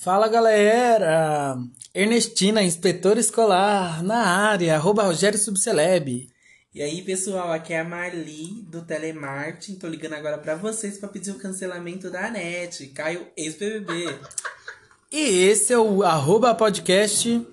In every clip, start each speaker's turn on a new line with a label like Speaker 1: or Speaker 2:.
Speaker 1: Fala galera! Ernestina, inspetora escolar, na área, arroba Rogério Subceleb.
Speaker 2: E aí, pessoal, aqui é a Marli do Telemarketing. Tô ligando agora pra vocês pra pedir o cancelamento da NET. Caio, ex-BBB.
Speaker 1: E esse é o arroba podcast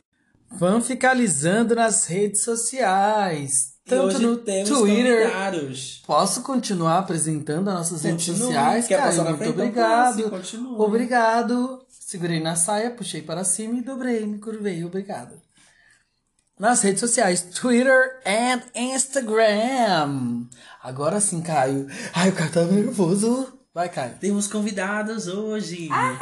Speaker 1: Fanficalizando nas redes sociais.
Speaker 2: E
Speaker 1: Tanto
Speaker 2: hoje
Speaker 1: no
Speaker 2: temos
Speaker 1: Twitter.
Speaker 2: Comentários.
Speaker 1: Posso continuar apresentando as nossas redes
Speaker 2: Continue.
Speaker 1: sociais,
Speaker 2: Quer
Speaker 1: Caio?
Speaker 2: passar na
Speaker 1: Muito
Speaker 2: frente? Então
Speaker 1: obrigado.
Speaker 2: passe, continue.
Speaker 1: Obrigado. Segurei na saia, puxei para cima e dobrei, me curvei. Obrigado. Nas redes sociais, Twitter e Instagram. Agora sim, Caio. Ai, o Caio tá nervoso. Vai, Caio.
Speaker 2: Temos convidados hoje.
Speaker 1: Ah,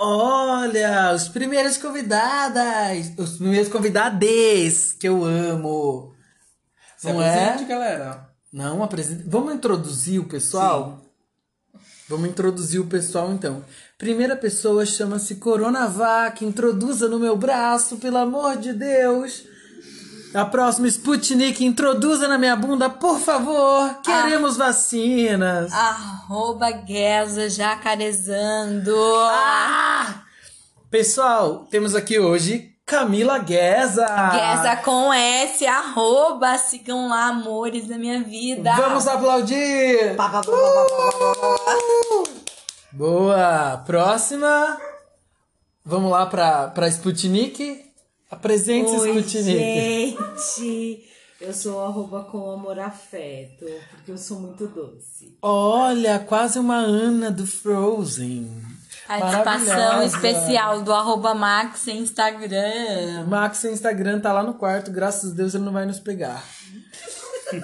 Speaker 1: Olha, os primeiros convidadas. Os primeiros convidades que eu amo.
Speaker 2: Se
Speaker 1: não é?
Speaker 2: apresente, galera.
Speaker 1: Não, apresenta. Vamos introduzir o pessoal? Vamos introduzir o pessoal então. Primeira pessoa chama-se Coronavac. Introduza no meu braço, pelo amor de Deus. A próxima, Sputnik, introduza na minha bunda, por favor. Queremos vacinas.
Speaker 3: Arroba Gueza Jacarezando.
Speaker 1: Ah! Pessoal, temos aqui hoje Camila Gueza.
Speaker 3: Gueza com S, arroba. Sigam lá, amores da minha vida.
Speaker 1: Vamos aplaudir!
Speaker 3: Pá, pá, pá, pá, pá, pá.
Speaker 1: Boa! Próxima. Vamos lá pra, pra Sputnik. Apresente
Speaker 4: Oi,
Speaker 1: Sputnik.
Speaker 4: gente! Eu sou arroba com amor afeto, porque eu sou muito doce.
Speaker 1: Olha, quase uma Ana do Frozen.
Speaker 3: Participação
Speaker 1: Maravilhosa.
Speaker 3: especial do arroba Max em Instagram.
Speaker 1: O Max, seu Instagram tá lá no quarto, graças a Deus ele não vai nos pegar.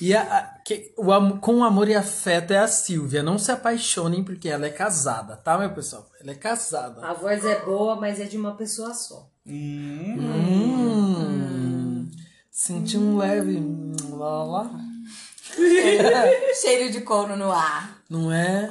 Speaker 1: e a- a- que- o, am- com amor e afeto é a Silvia. Não se apaixonem porque ela é casada, tá, meu pessoal? Ela é casada.
Speaker 4: A voz é boa, mas é de uma pessoa só.
Speaker 2: Hum.
Speaker 1: Hum. Senti um leve. hum, Lá, lá.
Speaker 3: Cheiro de couro no ar.
Speaker 1: Não é?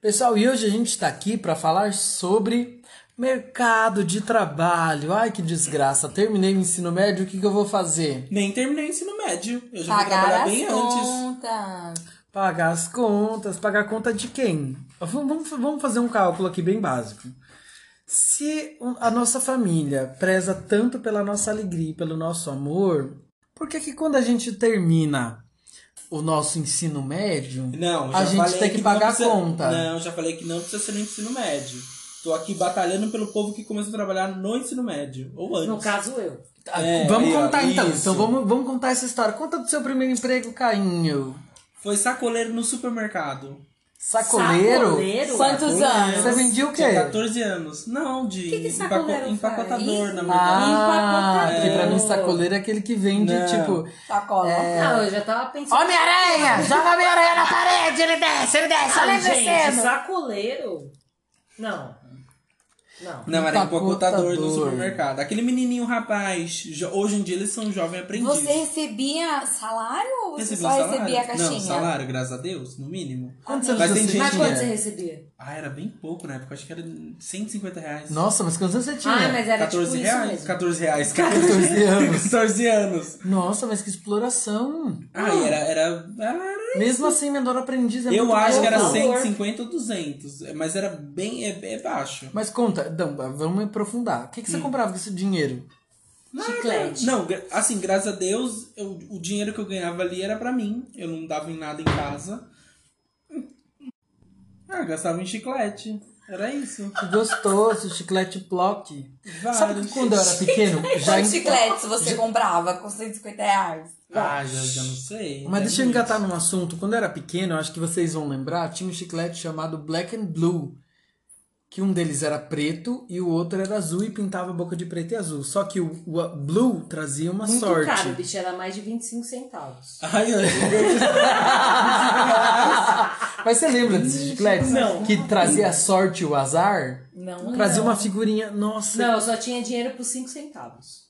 Speaker 1: Pessoal, e hoje a gente está aqui para falar sobre mercado de trabalho. Ai que desgraça! Terminei o ensino médio, o que, que eu vou fazer?
Speaker 2: Nem terminei o ensino médio. Eu
Speaker 4: Tá,
Speaker 2: já vou
Speaker 3: Pagar
Speaker 2: trabalhar
Speaker 3: as
Speaker 2: bem antes.
Speaker 3: contas.
Speaker 1: Pagar as contas. Pagar a conta de quem? Vamos, vamos- vamos fazer um cálculo aqui bem básico. Se o- a nossa família preza tanto pela nossa alegria e pelo nosso amor, por que, que quando a gente termina o nosso ensino médio,
Speaker 2: Não, já
Speaker 1: a gente
Speaker 2: falei
Speaker 1: tem que,
Speaker 2: não
Speaker 1: pagar
Speaker 2: precisa-
Speaker 1: a conta?
Speaker 2: Não, já falei que não precisa ser no ensino médio. Tô aqui batalhando pelo povo que começou a trabalhar no ensino médio. Ou antes.
Speaker 4: No caso, eu.
Speaker 1: Tá,
Speaker 2: É,
Speaker 1: vamos
Speaker 2: aí, ó,
Speaker 1: contar então.
Speaker 2: isso.
Speaker 1: Então vamos, vamos contar essa história. Conta do seu primeiro emprego, Cainho.
Speaker 2: Foi sacoleiro no supermercado.
Speaker 1: Sacoleiro?
Speaker 4: Sacoleiro? É.
Speaker 3: Quantos anos?
Speaker 1: Você vendia o quê?
Speaker 2: Tinha 14 anos. Não, de
Speaker 4: Que que sacoleiro
Speaker 2: empacotador,
Speaker 3: faz?
Speaker 2: na verdade.
Speaker 1: Ah,
Speaker 3: Empacotador.
Speaker 1: porque pra mim sacoleiro é aquele que vende,
Speaker 2: Não.
Speaker 1: tipo...
Speaker 2: Tá,
Speaker 3: Sacola.
Speaker 4: Não, eu já tava pensando. assim,
Speaker 1: Homem-Aranha! Joga Homem-Aranha na parede! Ele desce, ele desce,
Speaker 4: Ah,
Speaker 3: é
Speaker 4: gente,
Speaker 2: é um
Speaker 4: sacoleiro? Não. Não.
Speaker 2: Não, era
Speaker 1: Empacotador.
Speaker 2: empacotador no supermercado. Aquele menininho rapaz. jo- Hoje em dia eles são jovem aprendiz.
Speaker 3: Você recebia salário ou você
Speaker 2: Recebia
Speaker 3: só
Speaker 2: salário?
Speaker 3: recebia a caixinha?
Speaker 2: Não, salário, graças a Deus, no mínimo.
Speaker 1: Quantos anos
Speaker 2: Mas
Speaker 1: você
Speaker 2: tem gente
Speaker 4: Mas
Speaker 2: que
Speaker 4: quanto
Speaker 2: é.
Speaker 4: você
Speaker 1: tinha?
Speaker 4: recebia?
Speaker 2: Ah, era bem pouco na época. Acho que era 150 reais.
Speaker 1: Nossa, mas quantos anos você tinha?
Speaker 4: Ah, mas era
Speaker 2: 14
Speaker 4: tipo
Speaker 2: reais?
Speaker 4: isso mesmo.
Speaker 2: 14 reais.
Speaker 1: 14 anos.
Speaker 2: 14 anos.
Speaker 1: Nossa, mas que exploração.
Speaker 2: Ah, e era, era, era-
Speaker 1: Mesmo assim, menor aprendiz é
Speaker 2: Eu
Speaker 1: muito
Speaker 2: acho que era
Speaker 1: pouco.
Speaker 4: valor.
Speaker 2: 150 ou 200. Mas era bem... É, é baixo.
Speaker 1: Mas conta, não, vamos aprofundar. O que,
Speaker 2: Hum.
Speaker 1: que você comprava com esse dinheiro? É
Speaker 4: Chiclete.
Speaker 2: Não, gra- assim, graças a Deus, eu- o dinheiro que eu ganhava ali era pra mim. Eu não dava em nada em casa. Ah, gastava em chiclete. Era isso.
Speaker 1: Que gostoso, chiclete block. Sabe
Speaker 2: Vários.
Speaker 1: que quando eu era pequeno, já
Speaker 3: Quantos chicletes você comprava com 150 reais?
Speaker 2: Ah, já, já não sei.
Speaker 1: Mas
Speaker 2: É
Speaker 1: deixa eu
Speaker 2: muito.
Speaker 1: engatar num assunto. Quando eu era pequeno, eu acho que vocês vão lembrar, tinha um chiclete chamado Black and Blue. Que um deles era preto e o outro era azul e pintava a boca de preto e azul. Só que o, o a- blue trazia uma
Speaker 4: Muito
Speaker 1: sorte.
Speaker 4: caro, bicho. Era mais de 25 centavos.
Speaker 3: Ah,
Speaker 2: Ai, eu- eu-
Speaker 1: Mas você lembra desses chicletes?
Speaker 4: Não.
Speaker 1: Que trazia a sorte e o azar?
Speaker 3: Não.
Speaker 1: Trazia uma figurinha. Nossa,
Speaker 4: Não, eu só tinha dinheiro por 5 centavos.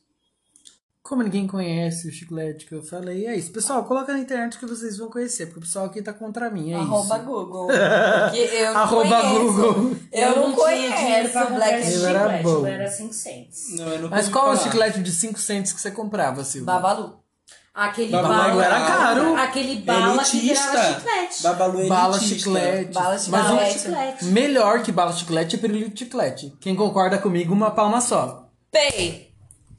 Speaker 1: como ninguém conhece o chiclete que eu falei. É isso. Pessoal, coloca na internet que vocês vão conhecer. Porque o pessoal aqui tá contra mim. É
Speaker 3: Arroba
Speaker 1: isso.
Speaker 3: Google. Porque eu não
Speaker 1: Arroba
Speaker 3: conheço.
Speaker 1: Google.
Speaker 3: Eu não
Speaker 4: dinheiro
Speaker 3: conheço
Speaker 4: pra comprar
Speaker 3: Black
Speaker 4: esse
Speaker 1: Eu
Speaker 3: Sheep.
Speaker 1: era
Speaker 4: chiclete,
Speaker 1: bom.
Speaker 4: eu era 5 cents.
Speaker 2: Não, eu nunca
Speaker 1: Mas
Speaker 2: ouvi
Speaker 1: qual é o
Speaker 2: falar.
Speaker 1: chiclete de 5 centos que você comprava, Silvio?
Speaker 3: Babalu.
Speaker 4: Aquele
Speaker 2: Babalu
Speaker 4: bala.
Speaker 1: era caro.
Speaker 4: Aquele bala que virava
Speaker 2: Elitista.
Speaker 4: chiclete.
Speaker 2: Babalu elitista.
Speaker 1: Bala chiclete.
Speaker 3: Bala chiclete.
Speaker 1: Mas
Speaker 3: Bala
Speaker 1: um-
Speaker 3: chiclete.
Speaker 1: Melhor que bala chiclete é pirulito chiclete. Quem concorda comigo, uma palma só.
Speaker 3: Pei.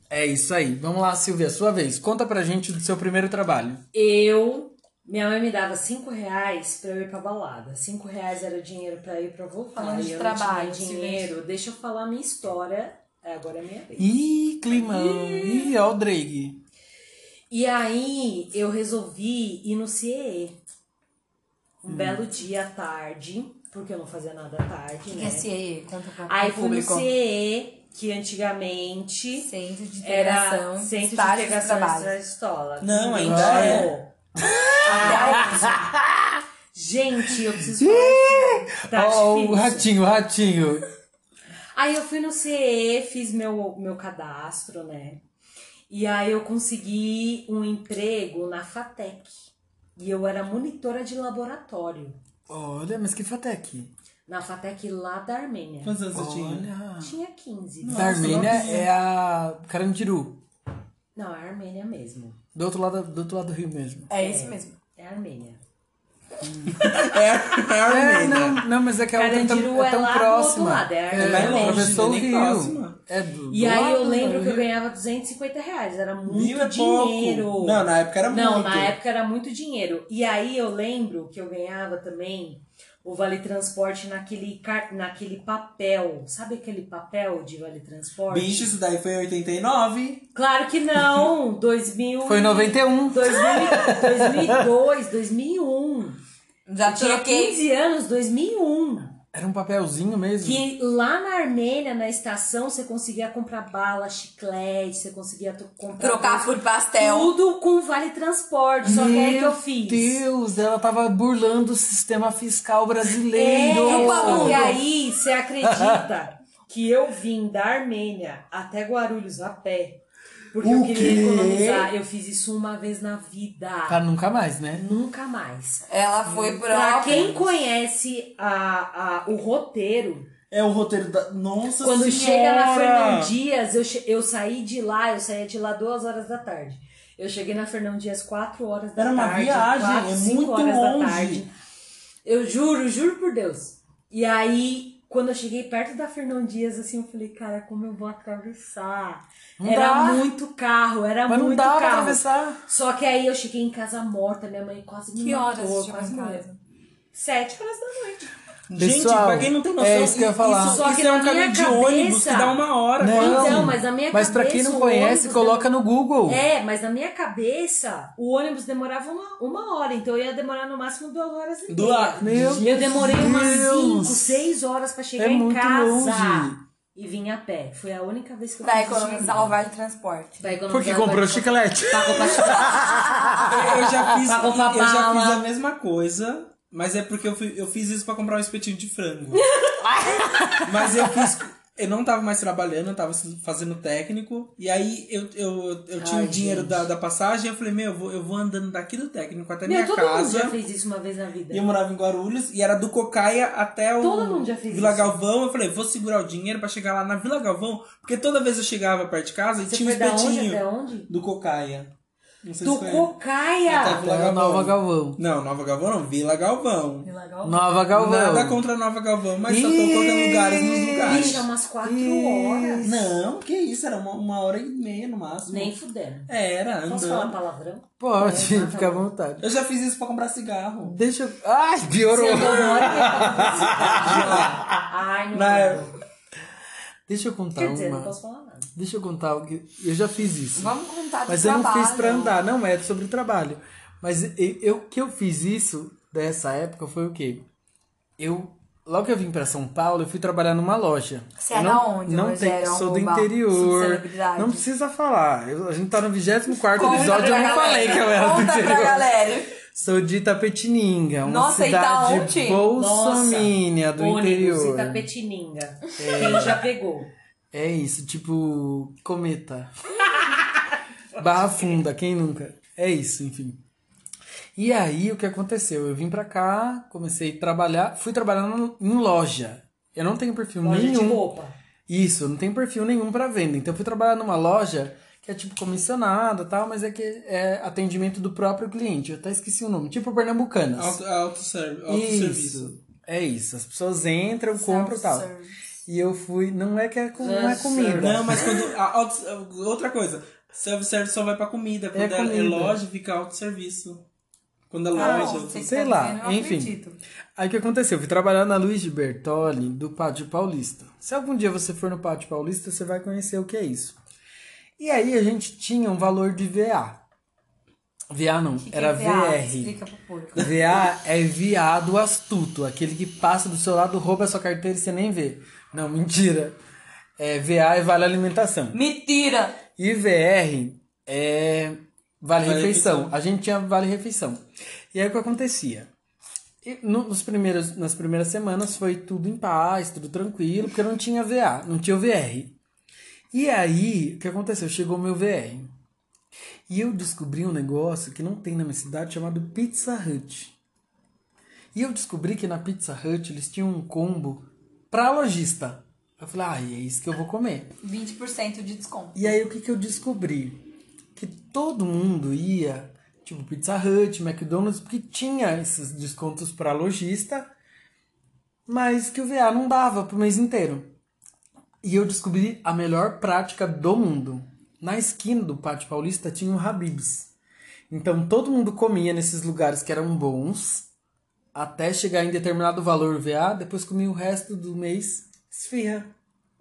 Speaker 1: É isso aí. Vamos lá, Silvia, sua vez. Conta pra gente do seu primeiro trabalho.
Speaker 4: Eu. Minha mãe me dava cinco reais pra eu ir pra balada. Cinco reais era o dinheiro pra ir pra voltar.
Speaker 3: Falando
Speaker 4: E
Speaker 3: de
Speaker 4: eu
Speaker 3: trabalho,
Speaker 4: não tinha dinheiro. Deixa eu falar a minha história. É, Agora é minha vez.
Speaker 1: Ih, climão. Ih, ó o Drake.
Speaker 4: E aí eu resolvi ir no CIE. Um
Speaker 3: Hum.
Speaker 4: belo dia à tarde, porque eu não fazia nada à tarde,
Speaker 3: O que
Speaker 4: né?
Speaker 3: é CIE? Conta pra
Speaker 4: Aí
Speaker 3: pro
Speaker 4: fui no
Speaker 3: público.
Speaker 4: CIE, que antigamente
Speaker 3: Centro de
Speaker 4: era
Speaker 3: Integração.
Speaker 4: Centro de
Speaker 3: Estágio
Speaker 4: Integração
Speaker 3: Trabalho.
Speaker 4: Extra-Escola.
Speaker 2: Não, ainda
Speaker 4: é. gente, eu preciso falar isso. Tá
Speaker 1: Ó, o
Speaker 4: difícil.
Speaker 1: ratinho, o ratinho.
Speaker 4: Aí eu fui no CE, fiz meu, meu cadastro, né? E aí eu consegui um emprego na FATEC. E eu era monitora de laboratório.
Speaker 1: Olha, mas que é fatec.
Speaker 4: Na FATEC lá da Armênia.
Speaker 2: Quantos anos você
Speaker 4: né?
Speaker 2: tinha?
Speaker 1: Olha.
Speaker 4: Tinha 15.
Speaker 1: Da Armênia é a Carandiru.
Speaker 4: Não, é Armênia mesmo.
Speaker 1: Do outro lado do, outro lado do rio mesmo.
Speaker 3: É isso mesmo.
Speaker 4: É Armênia.
Speaker 2: É, é
Speaker 1: É,
Speaker 2: Armênia.
Speaker 1: não, não, mas é que a outra é tão,
Speaker 4: Carandiru
Speaker 1: é
Speaker 4: é
Speaker 1: tão
Speaker 4: lá do
Speaker 1: próxima.
Speaker 4: outro lado, é Armênia.
Speaker 2: É longe,
Speaker 1: atravessou
Speaker 2: nem
Speaker 1: o rio.
Speaker 2: próxima.
Speaker 1: É do,
Speaker 4: E
Speaker 1: do
Speaker 4: aí eu
Speaker 1: lado
Speaker 4: lembro
Speaker 1: do
Speaker 4: que
Speaker 1: rio.
Speaker 4: eu ganhava 250 reais. Era muito
Speaker 2: né? Mil é pouco.
Speaker 4: dinheiro.
Speaker 2: Não, na época era
Speaker 4: Não,
Speaker 2: muito.
Speaker 4: na época era muito dinheiro. E aí eu lembro que eu ganhava também o Vale Transporte naquele, car- naquele papel. Sabe aquele papel de Vale Transporte?
Speaker 2: Bicho, isso daí foi em 89.
Speaker 4: Claro que não! 2000.
Speaker 1: Foi em 91.
Speaker 4: 2000, 2002, 2001.
Speaker 3: Já
Speaker 4: Eu um. tinha
Speaker 3: troquei.
Speaker 4: 15 anos, 2001.
Speaker 1: Era um papelzinho mesmo.
Speaker 4: Que lá na Armênia, na estação, você conseguia comprar bala, chiclete, você conseguia to- comprar.
Speaker 3: Trocar por pastel.
Speaker 4: tudo com Vale Transporte. Só que aí que eu fiz.
Speaker 1: Deus, ela tava burlando o sistema fiscal
Speaker 4: É,
Speaker 1: brasileiro.
Speaker 3: Opa,
Speaker 4: e aí você acredita que eu vim da Armênia até Guarulhos a pé. Porque
Speaker 2: O
Speaker 4: eu queria
Speaker 2: quê?
Speaker 4: economizar. Eu fiz isso uma vez na vida.
Speaker 1: Pra nunca mais, né?
Speaker 4: Nunca mais.
Speaker 3: Ela foi pro.
Speaker 4: Pra quem conhece a, a- o roteiro,
Speaker 2: É o roteiro da. Nossa
Speaker 4: quando chega
Speaker 2: Senhora!
Speaker 4: na Fernão Dias, eu, che- eu saí de lá, eu saía de lá duas horas da tarde. Eu cheguei na Fernão Dias quatro horas da
Speaker 2: Era uma
Speaker 4: tarde.
Speaker 2: viagem,
Speaker 4: quatro,
Speaker 2: é
Speaker 4: cinco
Speaker 2: muito
Speaker 4: horas
Speaker 2: longe.
Speaker 4: da tarde. Eu juro, juro por Deus. E aí, quando eu cheguei perto da Fernão Dias, assim, eu falei, cara, como eu vou atravessar?
Speaker 1: Não
Speaker 4: era
Speaker 1: dá.
Speaker 4: muito carro, era
Speaker 1: Mas não
Speaker 4: muito
Speaker 1: dá pra
Speaker 4: carro.
Speaker 1: atravessar.
Speaker 4: Só que aí eu cheguei em casa morta, minha mãe quase me
Speaker 3: Que
Speaker 4: matou,
Speaker 3: horas você chegou
Speaker 4: quase
Speaker 3: em
Speaker 4: morreu.
Speaker 3: casa?
Speaker 4: Sete horas da noite.
Speaker 2: Gente,
Speaker 1: Pessoal,
Speaker 2: pra quem não tem noção,
Speaker 1: é isso que eu ia falar.
Speaker 2: Isso,
Speaker 4: Só
Speaker 2: isso
Speaker 4: que
Speaker 2: é
Speaker 4: na
Speaker 2: um caminho
Speaker 4: minha
Speaker 2: de ônibus que
Speaker 4: cabeça-
Speaker 2: dá uma hora.
Speaker 1: Não.
Speaker 4: Então, mas na minha
Speaker 1: Mas pra quem
Speaker 4: cabeça,
Speaker 1: não
Speaker 4: o
Speaker 1: conhece,
Speaker 4: ônibus
Speaker 1: coloca no Google.
Speaker 4: É, mas na minha cabeça, o ônibus demorava uma, uma hora, então eu ia demorar no máximo duas horas e meia.
Speaker 2: Do-
Speaker 1: Meu
Speaker 4: Eu demorei umas cinco,
Speaker 1: Deus.
Speaker 4: seis horas pra chegar
Speaker 1: É
Speaker 4: em
Speaker 1: muito
Speaker 4: casa.
Speaker 1: longe.
Speaker 4: E vim a pé. Foi a única vez que eu
Speaker 3: Pra
Speaker 4: fiz isso na
Speaker 3: economizar
Speaker 4: vida.
Speaker 3: o vale transporte.
Speaker 4: Pra economizar
Speaker 1: Porque
Speaker 4: o
Speaker 1: comprou
Speaker 4: vale-
Speaker 1: chiclete.
Speaker 2: Eu já fiz,
Speaker 4: Pra comprar
Speaker 2: eu já
Speaker 4: bala.
Speaker 2: fiz a mesma coisa, mas é porque eu, fui- eu fiz isso pra comprar um espetinho de frango. mas eu fiz. Eu não tava mais trabalhando, eu tava fazendo técnico. E aí eu, eu, eu tinha
Speaker 4: Ai,
Speaker 2: o dinheiro
Speaker 4: gente.
Speaker 2: da, da passagem. Eu falei, meu, eu vou, eu vou andando daqui do técnico até
Speaker 4: Meu,
Speaker 2: minha
Speaker 4: todo mundo já
Speaker 2: casa.
Speaker 4: fez isso uma vez na vida.
Speaker 2: E eu morava em Guarulhos e era do Cocaia até o
Speaker 4: Todo mundo já fez
Speaker 2: Vila
Speaker 4: isso.
Speaker 2: Galvão. Eu falei, vou segurar o dinheiro pra chegar lá na Vila Galvão, porque toda vez eu chegava perto de casa e
Speaker 4: Você
Speaker 2: tinha um
Speaker 4: foi da onde
Speaker 2: espetinho
Speaker 4: até onde?
Speaker 2: do Cocaia. Não sei
Speaker 4: Do
Speaker 2: se foi.
Speaker 4: Cocaia!
Speaker 2: Até- Vila
Speaker 1: É,
Speaker 2: Galvão.
Speaker 1: Nova Galvão.
Speaker 2: Não, Nova Galvão não, Vila Galvão.
Speaker 1: Nova Galvão.
Speaker 2: Nada contra Nova Galvão, mas só tô
Speaker 1: Ih,
Speaker 2: colocando lugares nos
Speaker 4: Bicho, é
Speaker 2: lugares.
Speaker 4: umas quatro
Speaker 1: Ih.
Speaker 4: horas.
Speaker 2: Não, que isso, era uma, uma hora e meia no máximo.
Speaker 4: Nem fudendo.
Speaker 2: Era,
Speaker 4: Posso falar
Speaker 2: andando.
Speaker 4: palavrão?
Speaker 1: Pode,
Speaker 4: Nova
Speaker 1: fica à
Speaker 4: Galvão.
Speaker 1: vontade.
Speaker 2: Eu já fiz isso pra comprar cigarro.
Speaker 1: Deixa eu... Ai, piorou.
Speaker 4: Você andou uma hora e meia pra fazer. Ai, não.
Speaker 2: Na
Speaker 4: quero.
Speaker 2: época.
Speaker 1: Deixa eu contar
Speaker 4: Quer dizer, não
Speaker 1: uma.
Speaker 4: posso falar nada.
Speaker 1: Deixa eu contar algo. que- Eu já fiz isso.
Speaker 3: Vamos contar do
Speaker 1: Mas eu não
Speaker 3: trabalho.
Speaker 1: fiz pra andar, não é sobre trabalho. Mas eu, eu- que eu fiz isso dessa época foi o quê? Eu logo que eu vim pra São Paulo, eu fui trabalhar numa loja.
Speaker 3: Você
Speaker 1: Eu
Speaker 3: é da
Speaker 1: não,
Speaker 3: onde,
Speaker 1: Não tem,
Speaker 3: Rogério?
Speaker 1: sou do
Speaker 3: Arroba
Speaker 1: interior.
Speaker 3: subcelebridade.
Speaker 1: Não precisa falar. Eu- a gente tá no 24
Speaker 3: Conta
Speaker 1: episódio, eu
Speaker 3: pra
Speaker 1: não
Speaker 3: galera.
Speaker 1: falei que eu era do
Speaker 3: Conta pra
Speaker 1: interior.
Speaker 3: galera.
Speaker 1: Sou de Itapetininga, uma
Speaker 3: Nossa, tá
Speaker 1: cidade
Speaker 3: Itaúti?
Speaker 1: bolsomínia É do
Speaker 4: ônibus
Speaker 1: interior.
Speaker 4: Itapetininga. Quem já pegou?
Speaker 1: É isso, tipo cometa. Barra funda, quem nunca? É isso, enfim. E aí, o que aconteceu? Eu vim pra cá, comecei a trabalhar, fui trabalhar no- em loja. Eu não tenho perfil
Speaker 4: Loja de
Speaker 1: nenhum.
Speaker 4: roupa.
Speaker 1: Isso, eu não tenho perfil nenhum pra venda. Então eu fui trabalhar numa loja que é tipo comissionada e tal, mas é que é atendimento do próprio cliente. Eu até esqueci o nome. Tipo Pernambucanas.
Speaker 2: Auto, autosservi- autosserviço.
Speaker 1: Isso. É isso. As pessoas entram, compram e tal.
Speaker 5: Self-service.
Speaker 1: E eu fui. Não é que é, com, não é comida.
Speaker 2: Não, mas quando. a auto- outra coisa, self-service só vai pra comida. Quando é,
Speaker 1: comida.
Speaker 2: é loja, fica autosserviço. Quando é
Speaker 1: Ah,
Speaker 2: loja.
Speaker 1: sei
Speaker 3: tá
Speaker 1: sei lá,
Speaker 6: Eu não
Speaker 1: enfim.
Speaker 6: acredito.
Speaker 1: Aí o que aconteceu? Eu fui trabalhar na Luiz de Bertoli, do Pátio Paulista. Se algum dia você for no Pátio Paulista, você vai conhecer o que é isso. E aí a gente tinha um valor de VA. VA não,
Speaker 6: O que que
Speaker 1: era
Speaker 6: é VA?
Speaker 1: VR.
Speaker 6: Explica pro público.
Speaker 1: VA é viado astuto, aquele que passa do seu lado, rouba a sua carteira e você nem vê. Não, mentira. É, VA é vale alimentação.
Speaker 5: Mentira!
Speaker 1: E VR é vale
Speaker 2: Vale
Speaker 1: refeição.
Speaker 2: refeição.
Speaker 1: A gente tinha vale refeição. E aí o que acontecia? E no- nos primeiros, nas primeiras semanas foi tudo em paz, tudo tranquilo, porque não tinha VA, não tinha o VR. E aí, o que aconteceu? Chegou o meu VR. E eu descobri um negócio que não tem na minha cidade chamado Pizza Hut. E eu descobri que na Pizza Hut eles tinham um combo pra lojista. Eu falei, ah, é isso que eu vou comer.
Speaker 6: 20% de desconto.
Speaker 1: E aí o que, que eu descobri? Que todo mundo ia, tipo Pizza Hut, McDonald's, porque tinha esses descontos para lojista, mas que o VA não dava pro mês inteiro. E eu descobri a melhor prática do mundo. Na esquina do Pátio Paulista tinha um Habib's. Então todo mundo comia nesses lugares que eram bons, até chegar em determinado valor VA, depois comia o resto do mês esfirra.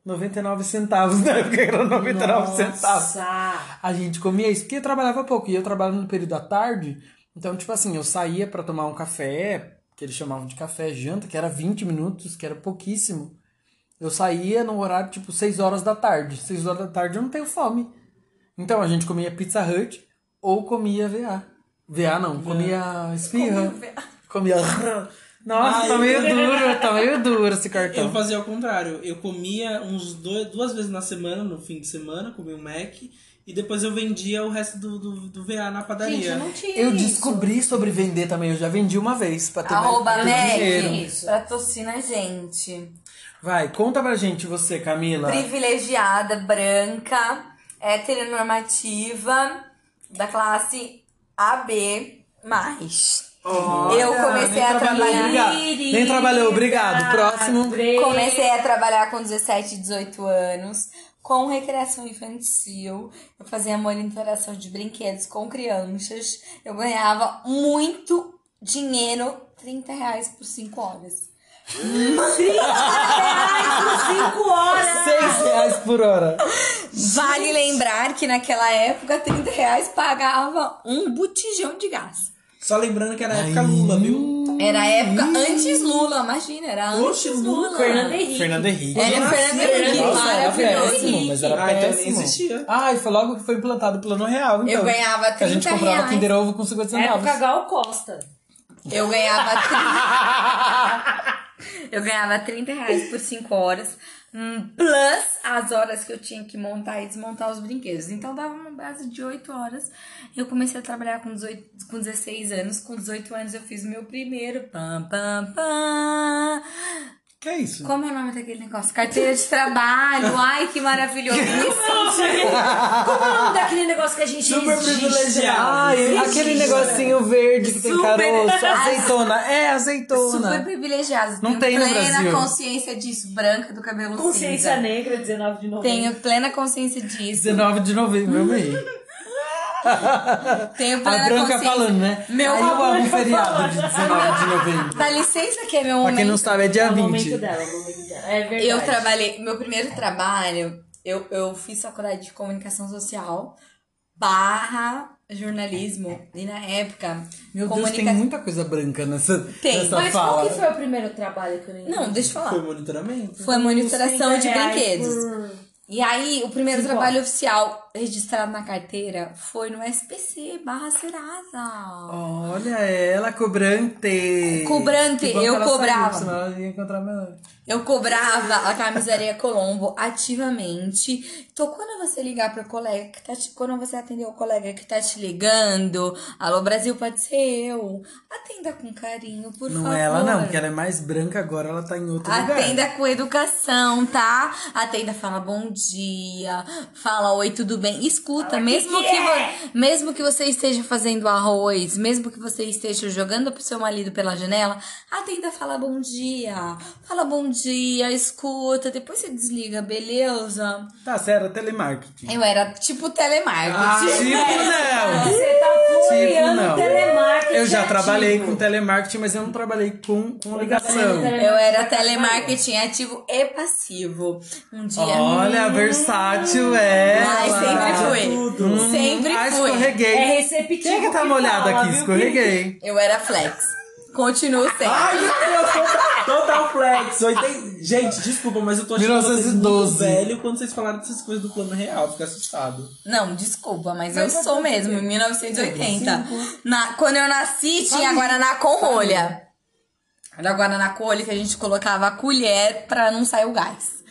Speaker 1: 99 centavos, né? Porque era 99 centavos.
Speaker 4: Nossa!
Speaker 1: A gente comia isso porque eu trabalhava pouco. E eu trabalhava no período da tarde. Então, tipo assim, eu saía pra tomar um café, que eles chamavam de café janta, que era 20 minutos, que era pouquíssimo. Eu saía no horário, tipo, 6 horas da tarde. 6 horas da tarde eu não tenho fome. Então, a gente comia Pizza Hut ou comia VA. VA não, comia espirra. Comia... Nossa,
Speaker 2: Ai,
Speaker 1: tá meio duro, tá meio duro esse cartão.
Speaker 2: Eu fazia ao contrário. Eu comia uns dois, duas vezes na semana, no fim de semana, comia um Mac. E depois eu vendia o resto do, do, do VA na
Speaker 4: Gente,
Speaker 2: padaria.
Speaker 4: eu não tinha
Speaker 1: Eu
Speaker 4: isso.
Speaker 1: descobri sobre vender também. Eu já vendi uma vez pra ter mais-
Speaker 5: Arroba
Speaker 1: ter dinheiro.
Speaker 5: Mac
Speaker 4: Isso.
Speaker 5: patrocina a gente.
Speaker 1: Vai, conta pra gente você, Camila.
Speaker 5: Privilegiada, branca, heteronormativa, da classe AB. eu comecei
Speaker 1: nem
Speaker 5: a
Speaker 1: trabalhou,
Speaker 5: trabalhar.
Speaker 1: obrigado. Nem trabalhou, obrigado. Próximo.
Speaker 5: Comecei a trabalhar com 17, 18 anos, com recreação infantil. Eu fazia monitoração de brinquedos com crianças. Eu ganhava muito dinheiro, 30 reais por 5 horas.
Speaker 4: 5 horas!
Speaker 1: Seis reais por hora.
Speaker 5: Vale lembrar que naquela época, 30 reais pagava um botijão de gás.
Speaker 2: Só lembrando que era a época Lula, viu?
Speaker 5: Era a época antes Lula, imagina, era antes
Speaker 2: Oxe,
Speaker 5: Lula.
Speaker 4: Fernando Henrique.
Speaker 1: Fernando Henrique.
Speaker 5: Era
Speaker 2: Nossa,
Speaker 5: Fernando
Speaker 2: era
Speaker 5: é Henrique,
Speaker 2: Nossa,
Speaker 1: era
Speaker 5: maravilhoso.
Speaker 1: péssimo, mas era
Speaker 2: Ah, então nem
Speaker 1: péssimo.
Speaker 2: existia.
Speaker 1: Ah, e foi logo que foi implantado o plano real, então.
Speaker 5: Eu ganhava
Speaker 1: Que a gente
Speaker 5: 30
Speaker 1: comprava
Speaker 5: reais.
Speaker 1: Kinder Ovo com 50 centavos.
Speaker 4: Época Gal Costa.
Speaker 5: Eu ganhava 30... Eu ganhava 30 reais por 5 horas, hum, plus as horas que eu tinha que montar e desmontar os brinquedos. Então dava uma base de 8 horas. Eu comecei a trabalhar com, 18, com 16 anos. Com 18 anos eu fiz o meu primeiro. Pam, pam, pam.
Speaker 1: Que é isso?
Speaker 5: Como é o nome daquele negócio? Carteira de trabalho. Ai, que maravilhoso.
Speaker 4: Como é o nome daquele negócio que a gente
Speaker 2: Super privilegiado.
Speaker 1: Ah,
Speaker 4: Existe,
Speaker 1: aquele
Speaker 4: né?
Speaker 1: negocinho verde que tem
Speaker 5: Super-
Speaker 1: caroço.
Speaker 5: Ah,
Speaker 1: Azeitona. É,
Speaker 5: Super
Speaker 1: azeitona.
Speaker 5: privilegiados.
Speaker 1: Não tem
Speaker 5: Tenho
Speaker 1: no
Speaker 5: plena
Speaker 1: Brasil.
Speaker 5: consciência disso. Branca do cabelo
Speaker 4: Consciência
Speaker 5: cinza.
Speaker 4: Negra, 19 de novembro.
Speaker 5: Tenho plena consciência disso.
Speaker 1: 19 de novembro, eu amei.
Speaker 5: Tenho plena
Speaker 1: A Branca
Speaker 5: consciência.
Speaker 1: falando, né?
Speaker 5: Meu
Speaker 1: Aí eu
Speaker 5: amor.
Speaker 1: amo feriado de 19 de novembro.
Speaker 5: Dá licença que é meu
Speaker 1: Pra quem não
Speaker 5: momento.
Speaker 1: sabe, é
Speaker 4: É
Speaker 1: dia
Speaker 4: o
Speaker 1: 20.
Speaker 4: momento dela, é o momento dela. É verdade.
Speaker 5: Eu trabalhei. Meu primeiro trabalho, eu, eu fiz faculdade de comunicação social barra jornalismo. E na época,
Speaker 1: Meu Deus,
Speaker 5: comunica-
Speaker 1: tem muita coisa branca nessa,
Speaker 5: Tem,
Speaker 1: nessa
Speaker 4: Mas
Speaker 1: fala.
Speaker 4: qual que foi o primeiro trabalho que eu nem
Speaker 5: Não, deixa eu
Speaker 2: Foi
Speaker 5: falar.
Speaker 2: monitoramento.
Speaker 5: Foi monitoração de
Speaker 4: 30 reais
Speaker 5: brinquedos.
Speaker 4: por-
Speaker 5: E aí, o primeiro
Speaker 4: Cinco
Speaker 5: trabalho oficial registrado na carteira foi no SPC barra Serasa.
Speaker 1: Olha ela, cobrante.
Speaker 5: Cobrante,
Speaker 1: Que bom que
Speaker 5: eu
Speaker 1: ela saiu,
Speaker 5: cobrava.
Speaker 1: senão ela ia encontrar melhor.
Speaker 5: Eu cobrava a camisaria Colombo ativamente. Então, quando você ligar pro colega que tá te... Quando você atender o colega que tá te ligando, alô Brasil, pode ser eu. Atenda com carinho, por
Speaker 1: Não
Speaker 5: favor. Ah,
Speaker 1: é ela não, porque ela é mais branca agora, ela tá em outro lugar.
Speaker 5: Atenda com educação, tá? Atenda, fala bom dia, fala oi, tudo bem. Escuta, mesmo que, vo- mesmo que você esteja fazendo arroz, mesmo que você esteja jogando pro seu marido pela janela, atenda falar bom dia. Fala bom dia, escuta, depois você desliga, beleza?
Speaker 2: Tá certo, telemarketing.
Speaker 5: Eu era tipo
Speaker 1: Ah,
Speaker 5: telemarketing.
Speaker 2: tipo não.
Speaker 4: Você tá
Speaker 2: Tipo,
Speaker 4: floreando
Speaker 2: não.
Speaker 4: telemarketing.
Speaker 2: Eu já trabalhei
Speaker 4: ativo.
Speaker 2: com telemarketing, mas eu não trabalhei com, com
Speaker 4: trabalhei
Speaker 2: ligação.
Speaker 4: com tele-
Speaker 5: Eu era telemarketing ativo e passivo. Um dia.
Speaker 2: Olha, versátil é.
Speaker 5: Ai, sempre fui.
Speaker 2: Hum,
Speaker 5: Sempre
Speaker 2: ah,
Speaker 5: fui.
Speaker 2: escorreguei.
Speaker 4: É receptivo.
Speaker 2: Quem é que tá molhado
Speaker 4: fala,
Speaker 2: aqui?
Speaker 4: viu,
Speaker 2: Escorreguei.
Speaker 5: Eu era flex. Continuo sendo.
Speaker 2: Ai, meu Deus, total, total flex. oitenta- Gente, desculpa, mas eu tô achando vocês muito
Speaker 1: 1912.
Speaker 2: velho quando vocês falaram dessas coisas do plano real. Fiquei assustado.
Speaker 5: Não, desculpa, mas eu sou mesmo, em 1980. Na, quando eu nasci, tinha Guaraná com rolha. Era Guaraná com rolha que a gente colocava a colher pra não sair o gás.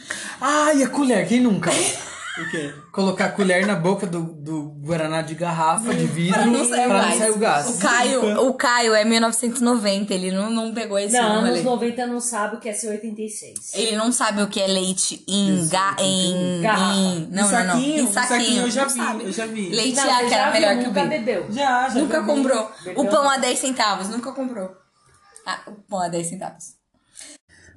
Speaker 1: Ai, a colher, quem nunca?
Speaker 2: O quê?
Speaker 1: Colocar a colher na boca do, do Guaraná de garrafa, de vidro,
Speaker 5: Pra não sair o gás.
Speaker 1: sair o gás.
Speaker 5: O Caio, o Caio é 1990, ele não, não pegou esse
Speaker 4: Não,
Speaker 5: rolê.
Speaker 4: anos 90 não sabe o que é ser 86.
Speaker 5: Ele não sabe o que é leite em ga, em,
Speaker 4: Garrafa.
Speaker 2: Em
Speaker 5: em- não, não, não,
Speaker 2: saquinho,
Speaker 5: em
Speaker 2: em saquinho eu já
Speaker 5: não
Speaker 2: vi,
Speaker 5: sabe.
Speaker 2: eu já vi.
Speaker 5: Leite
Speaker 4: Não,
Speaker 5: A,
Speaker 4: você
Speaker 5: que era
Speaker 4: já um viu,
Speaker 5: melhor que o
Speaker 4: nunca
Speaker 5: B.
Speaker 4: bebeu.
Speaker 2: Já, já.
Speaker 5: Nunca
Speaker 2: comi.
Speaker 5: comprou.
Speaker 4: Bebeu
Speaker 5: O pão
Speaker 4: não.
Speaker 5: a 10 centavos, nunca comprou. Ah, o pão a 10 centavos.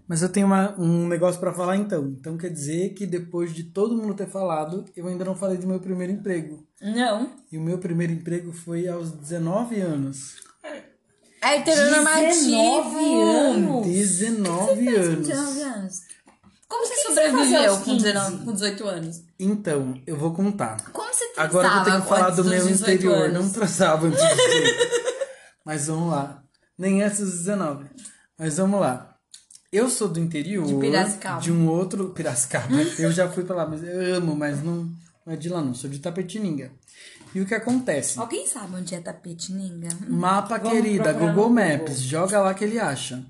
Speaker 1: Mas eu tenho uma- um negócio pra falar então. Então quer dizer que depois de todo mundo ter falado, eu ainda não falei do meu primeiro emprego.
Speaker 5: Não.
Speaker 1: E o meu primeiro emprego foi aos 19 anos.
Speaker 5: É heteronormativo.
Speaker 4: 19 anos.
Speaker 1: 19 anos.
Speaker 5: 19 anos. Como você
Speaker 4: fazia
Speaker 5: sobreviveu
Speaker 4: aos
Speaker 5: com, 19,
Speaker 4: 15?
Speaker 5: com 18 anos?
Speaker 1: Então, eu vou contar.
Speaker 5: Como você
Speaker 1: Agora eu vou ter
Speaker 5: transava
Speaker 1: que falar
Speaker 5: antes
Speaker 1: do
Speaker 5: dos
Speaker 1: meu
Speaker 5: 18
Speaker 1: interior.
Speaker 5: anos?
Speaker 1: Não traçava antes de dizer. Mas vamos lá. Nem essas 19. Mas vamos lá. Eu sou do interior.
Speaker 5: De Piracicaba.
Speaker 1: de um outro. Piracicaba. eu já fui pra lá, mas eu amo, mas não, não é de lá, não. Sou de Tapetininga. E o que acontece?
Speaker 5: Alguém sabe onde é Tapetininga?
Speaker 1: Mapa
Speaker 4: Vamos
Speaker 1: querida,
Speaker 4: procurar
Speaker 1: Google
Speaker 4: no
Speaker 1: Maps, joga lá que ele acha.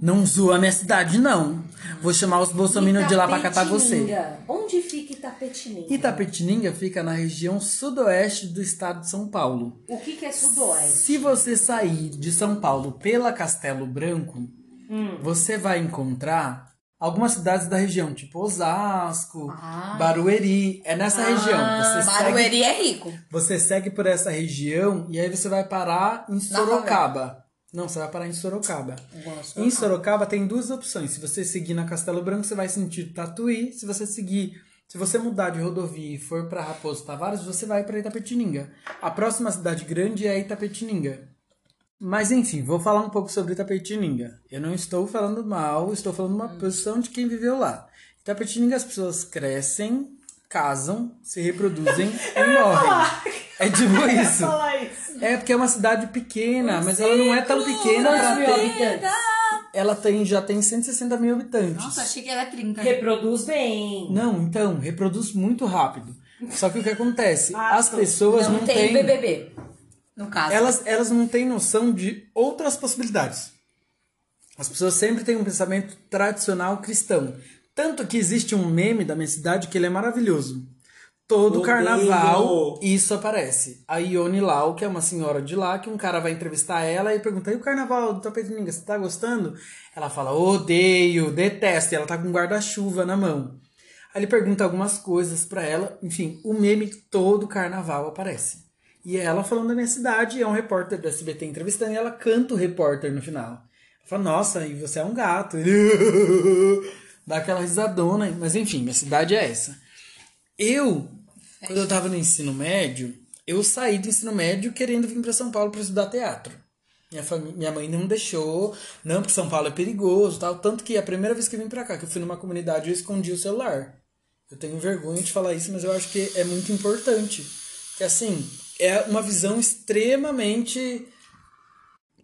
Speaker 1: Não zoa a minha cidade, não. Vou chamar os bolsominions de lá pra catar você.
Speaker 4: Itapetininga. Onde fica Itapetininga?
Speaker 1: Itapetininga fica na região sudoeste do estado de São Paulo.
Speaker 4: O que, que é sudoeste?
Speaker 1: Se você sair de São Paulo pela Castelo Branco, você vai encontrar algumas cidades da região, tipo Osasco, Barueri. É nessa região. Você segue,
Speaker 5: Barueri é rico.
Speaker 1: você segue por essa região e aí você vai parar em Sorocaba. Não, você vai parar em Sorocaba. Em Sorocaba tem duas opções. Se você seguir na Castelo Branco, você vai sentido Tatuí. Se você seguir, se você mudar de rodovia e for para Raposo Tavares, você vai para Itapetininga. A próxima cidade grande é Itapetininga. Mas enfim, vou falar um pouco sobre Itapetininga. Eu não estou falando mal, estou falando uma posição de quem viveu lá. Itapetininga as pessoas crescem, casam, se reproduzem e morrem. É tipo isso.
Speaker 4: Fala isso.
Speaker 1: É porque é uma cidade pequena, mas ela não é tão pequena pra
Speaker 4: mil
Speaker 1: ter
Speaker 5: É
Speaker 4: habitantes.
Speaker 1: ela tem, já tem 160 mil habitantes.
Speaker 7: Nossa, achei que era 30.
Speaker 4: Reproduz bem.
Speaker 1: Não, então, reproduz muito rápido. Só que o que acontece?
Speaker 4: Ah,
Speaker 1: as
Speaker 4: tô.
Speaker 1: pessoas não,
Speaker 5: Não tem
Speaker 1: têm.
Speaker 5: BBB, no caso.
Speaker 1: Elas, elas não têm noção de outras possibilidades. As pessoas sempre têm um pensamento tradicional cristão. Tanto que existe um meme da minha cidade que ele é maravilhoso. Todo
Speaker 2: Odeio.
Speaker 1: carnaval isso aparece. A Ione Lau, que é uma senhora de lá, que um cara vai entrevistar ela e pergunta: e o carnaval do Tapetininga, você tá gostando? Ela fala: odeio, detesto. E ela tá com um guarda-chuva na mão. Aí ele pergunta algumas coisas pra ela. Enfim, o meme todo carnaval aparece. E é ela falando da minha cidade, é um repórter do SBT entrevistando e ela canta o repórter no final. Ela fala, nossa, e você é um gato. Ele dá aquela risadona. Mas enfim, minha cidade é essa. Eu, quando eu tava no ensino médio, eu saí do ensino médio querendo vir para São Paulo para estudar teatro. Minha, fami- minha mãe não deixou, não, porque São Paulo é perigoso tal. Tanto que a primeira vez que eu vim pra cá, que eu fui numa comunidade, eu escondi o celular. Eu tenho vergonha de falar isso, mas eu acho que é muito importante. Porque, assim, é uma visão extremamente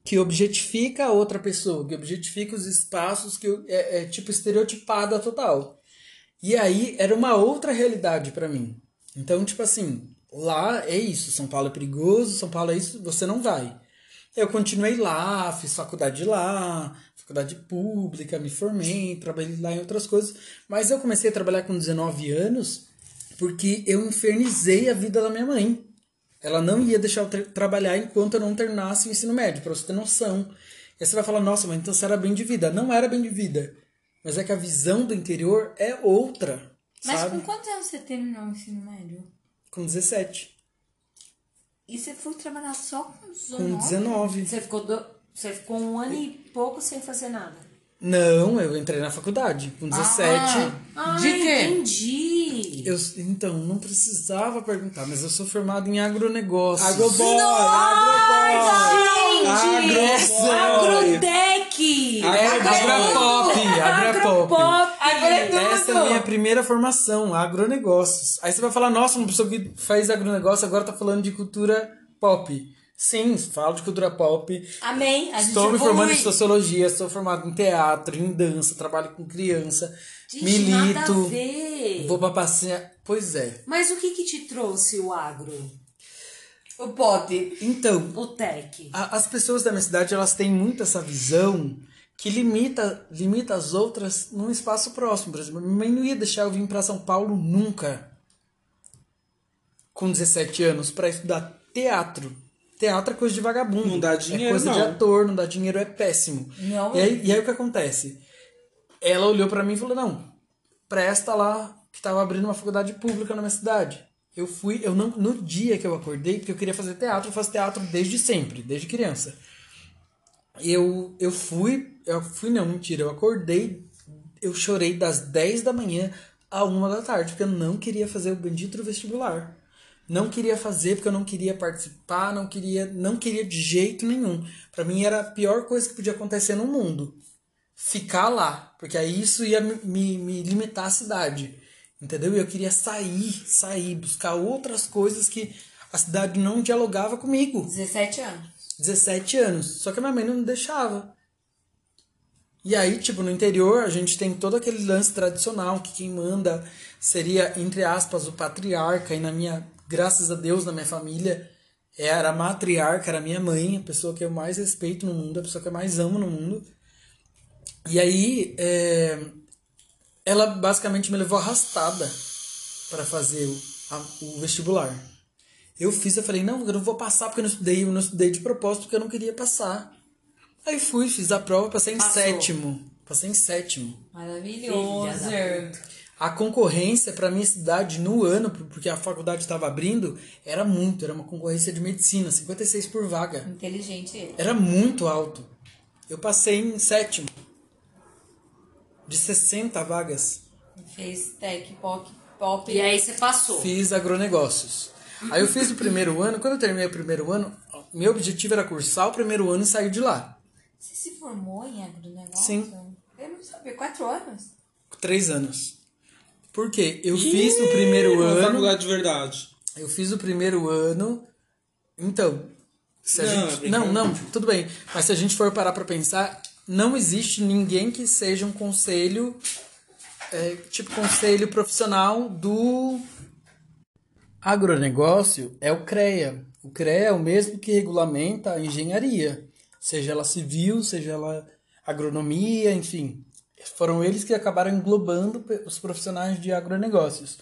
Speaker 1: que objetifica a outra pessoa, que objetifica os espaços, que eu- é, é, tipo estereotipada total. E aí era uma outra realidade pra mim. Então, tipo assim, lá é isso, São Paulo é perigoso, São Paulo é isso, você não vai. Eu continuei lá, fiz faculdade lá, faculdade pública, me formei, trabalhei lá em outras coisas, mas eu comecei a trabalhar com 19 anos porque eu infernizei a vida da minha mãe. Ela não ia deixar eu tra- trabalhar enquanto eu não terminasse o ensino médio, pra você ter noção. E aí você vai falar, nossa, mas então você era bem de vida. Não era bem de vida. Mas é que a visão do interior é outra.
Speaker 7: Mas
Speaker 1: sabe?
Speaker 7: com quantos anos você terminou o ensino médio?
Speaker 1: Com 17.
Speaker 5: E você foi trabalhar só com 19?
Speaker 1: Com 19.
Speaker 4: Você ficou, do- você ficou um ano e pouco sem fazer nada.
Speaker 1: Não, eu entrei na faculdade. Com 17.
Speaker 4: Ah,
Speaker 3: De quê?
Speaker 4: entendi.
Speaker 1: Eu, então, não precisava perguntar, mas eu sou formado em agronegócio.
Speaker 2: Agroboy!
Speaker 1: Ah,
Speaker 2: Agroboy!
Speaker 1: Gente!
Speaker 2: Agroboy!
Speaker 4: Agrotec!
Speaker 1: É, Agropop! Agropop!
Speaker 4: Agora é
Speaker 1: Essa é a minha primeira formação, agronegócios. Aí você vai falar, nossa, uma pessoa que faz agronegócio agora tá falando de cultura pop. Sim, falo de cultura pop.
Speaker 4: Amém. A gente
Speaker 1: Estou me
Speaker 4: evolui.
Speaker 1: formando em sociologia, estou formado em teatro, em dança, trabalho com criança,
Speaker 4: Gente, nada a
Speaker 1: milito.
Speaker 4: ver.
Speaker 1: Vou pra passear. Pois é.
Speaker 4: Mas o que que te trouxe o agro?
Speaker 5: O pote.
Speaker 1: Então,
Speaker 4: O tech?
Speaker 1: A- As pessoas da minha cidade, elas têm muito essa visão que limita, limita as outras num espaço próximo. Por exemplo, minha mãe não ia deixar eu vir para São Paulo nunca, com 17 anos, para estudar teatro. Teatro é coisa de vagabundo.
Speaker 2: Não dá
Speaker 1: É
Speaker 2: dinheiro,
Speaker 1: coisa de
Speaker 2: não.
Speaker 1: ator, não dá dinheiro, é péssimo.
Speaker 5: Não.
Speaker 1: E aí, e aí o que acontece? Ela olhou pra mim e falou: "Não, presta lá que tava abrindo uma faculdade pública na minha cidade". Eu fui, eu não no dia que eu acordei, porque eu queria fazer teatro, eu faço teatro desde sempre, desde criança. Eu eu fui, eu fui não, mentira, eu acordei, eu chorei das 10 da manhã a 1 da tarde, porque eu não queria fazer o bendito vestibular. Não queria fazer porque eu não queria participar, não queria, não queria de jeito nenhum. Pra mim era a pior coisa que podia acontecer no mundo ficar lá, porque aí isso ia me, me, me limitar à cidade, entendeu? E eu queria sair, sair, buscar outras coisas que a cidade não dialogava comigo.
Speaker 5: 17 anos.
Speaker 1: 17 anos, só que a minha mãe não deixava. E aí, tipo, no interior a gente tem todo aquele lance tradicional que quem manda seria, entre aspas, o patriarca, e na minha, graças a Deus, na minha família, era a matriarca, era a minha mãe, a pessoa que eu mais respeito no mundo, a pessoa que eu mais amo no mundo. E aí, é, ela basicamente me levou arrastada para fazer o, a- o vestibular. Eu fiz, eu falei, não, eu não vou passar porque eu não estudei, eu não estudei de propósito porque eu não queria passar. Aí fui, fiz a prova, passei em
Speaker 4: Passou.
Speaker 1: sétimo. Passei em sétimo.
Speaker 3: Maravilhoso.
Speaker 1: A concorrência para minha cidade no ano, porque a faculdade estava abrindo, era muito, era uma concorrência de medicina, 56 por vaga.
Speaker 5: Inteligente ele.
Speaker 1: Era muito alto. Eu passei em sétimo. De 60 vagas.
Speaker 5: Fez tech, pop, pop.
Speaker 4: E aí você passou.
Speaker 1: Fiz agronegócios. Aí eu fiz o primeiro ano. Quando eu terminei o primeiro ano, meu objetivo era cursar o primeiro ano e sair de lá.
Speaker 5: Você se formou em agronegócio?
Speaker 1: Sim.
Speaker 5: Eu não sabia. Quatro anos?
Speaker 1: Três anos. Por quê? Eu fiz o primeiro
Speaker 2: Uma
Speaker 1: ano.
Speaker 2: faculdade de verdade.
Speaker 1: Eu fiz o primeiro ano. Então, se a
Speaker 2: Não, é
Speaker 1: gente. Não,
Speaker 2: brincadeira.
Speaker 1: não, tudo bem. Mas se a gente for parar pra pensar, não existe ninguém que seja um conselho. é, tipo, conselho profissional do. Agronegócio é o CREA. O CREA é o mesmo que regulamenta a engenharia, seja ela civil, seja ela agronomia, enfim. Foram eles que acabaram englobando pe- os profissionais de agronegócios.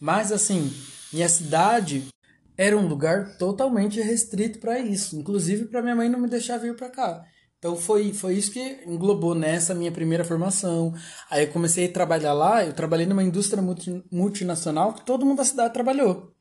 Speaker 1: Mas assim, minha cidade era um lugar totalmente restrito para isso, inclusive para minha mãe não me deixar vir para cá. Então foi, foi isso que englobou nessa minha primeira formação. Aí eu comecei a trabalhar lá, eu trabalhei numa indústria multi- multinacional que todo mundo da cidade trabalhou.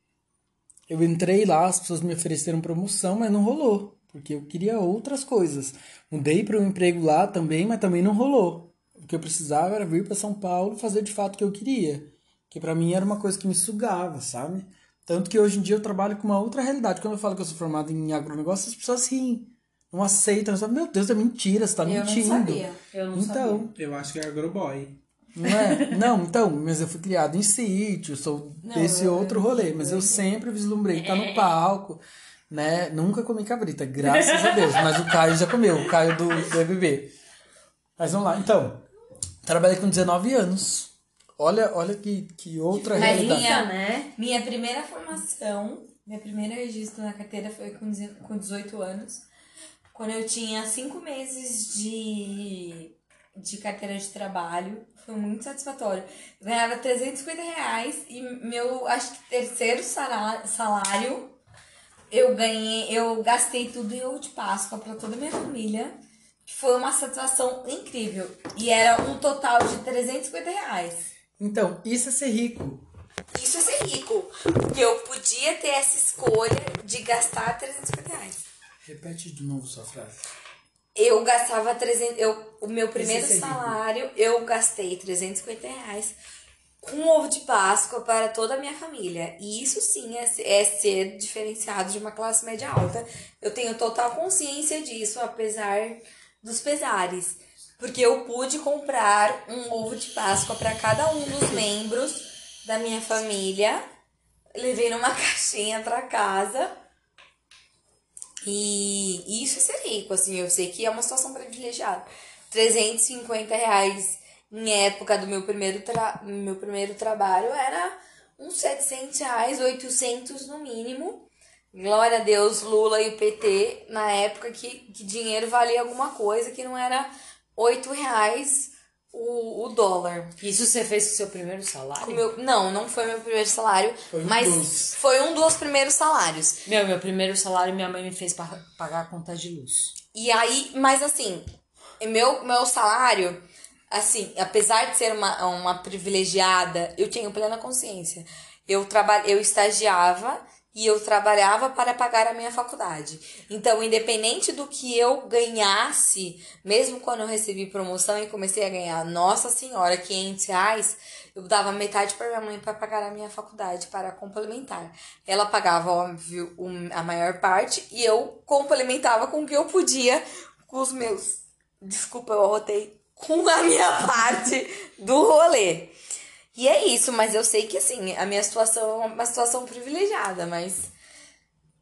Speaker 1: Eu entrei lá, as pessoas me ofereceram promoção, mas não rolou, porque eu queria outras coisas. Mudei para um emprego lá também, mas também não rolou. O que eu precisava era vir para São Paulo fazer de fato o que eu queria, que para mim era uma coisa que me sugava, sabe? Tanto que hoje em dia eu trabalho com uma outra realidade. Quando eu falo que eu sou formado em agronegócio, as pessoas riem, não aceitam, sabe? Meu Deus, é mentira, você tá
Speaker 5: Eu
Speaker 1: mentindo.
Speaker 5: não sabia.
Speaker 4: Eu não
Speaker 1: então,
Speaker 4: sabia.
Speaker 2: Eu acho que é Agroboy.
Speaker 1: não é? Não, então, mas eu fui criado em sítio, sou
Speaker 4: Não,
Speaker 1: desse
Speaker 4: eu-
Speaker 1: outro rolê, mas eu sempre vislumbrei estar no palco, né? Nunca comi cabrita, graças a Deus, mas o Caio já comeu, o Caio do, do EBB. Mas vamos lá, então, trabalhei com 19 anos. Olha, olha que, que outra
Speaker 5: Mas
Speaker 1: realidade.
Speaker 5: minha-
Speaker 4: Linda, né?
Speaker 5: Minha primeira formação, meu primeiro registro na carteira foi com deze- com 18 anos, quando eu tinha cinco meses de, de carteira de trabalho. Foi muito satisfatório. Eu ganhava 350 reais e meu, acho que terceiro sala- salário, eu ganhei, eu gastei tudo em ovo de Páscoa pra toda a minha família. que Foi uma satisfação incrível. E era um total de 350 reais.
Speaker 1: Então, isso é ser rico.
Speaker 5: Isso é ser rico. Porque eu podia ter essa escolha de gastar 350 reais.
Speaker 1: Repete de novo sua frase.
Speaker 5: Eu gastava 300. Eu, o meu primeiro
Speaker 1: Esse é rico.
Speaker 5: salário, eu gastei 350 reais com ovo de Páscoa para toda a minha família. E isso sim é, se- é ser diferenciado de uma classe média alta. Eu tenho total consciência disso, apesar dos pesares. Porque eu pude comprar um ovo de Páscoa para cada um dos membros da minha família. Levei numa caixinha para casa. E isso é ser rico, assim, eu sei que é uma situação privilegiada. 350 reais em época do meu primeiro, tra... meu primeiro trabalho era uns 700 reais, 800 no mínimo. Glória a Deus, Lula e o PT, na época que, que dinheiro valia alguma coisa, que não era 8 reais o, o dólar.
Speaker 4: Isso você fez com o seu primeiro
Speaker 5: O
Speaker 4: salário? Meu...
Speaker 5: meu- não, não foi meu primeiro salário,
Speaker 1: Foi um
Speaker 5: mas
Speaker 1: dos.
Speaker 5: foi um dos primeiros salários.
Speaker 4: meu, primeiro salário minha mãe me fez pa- pagar a conta de luz.
Speaker 5: E aí, mas assim, meu, meu salário, assim, apesar de ser uma, uma privilegiada, eu tenho plena consciência. Eu, traba, eu estagiava e eu trabalhava para pagar a minha faculdade. Então, independente do que eu ganhasse, mesmo quando eu recebi promoção e comecei a ganhar, nossa senhora, 500 reais, eu dava metade para minha mãe para pagar a minha faculdade, para complementar. Ela pagava, óbvio, um- a maior parte e eu complementava com o que eu podia, com os meus. Desculpa, eu arrotei. Com a minha parte do rolê. E é isso, mas eu sei que assim, a minha situação é uma situação privilegiada, mas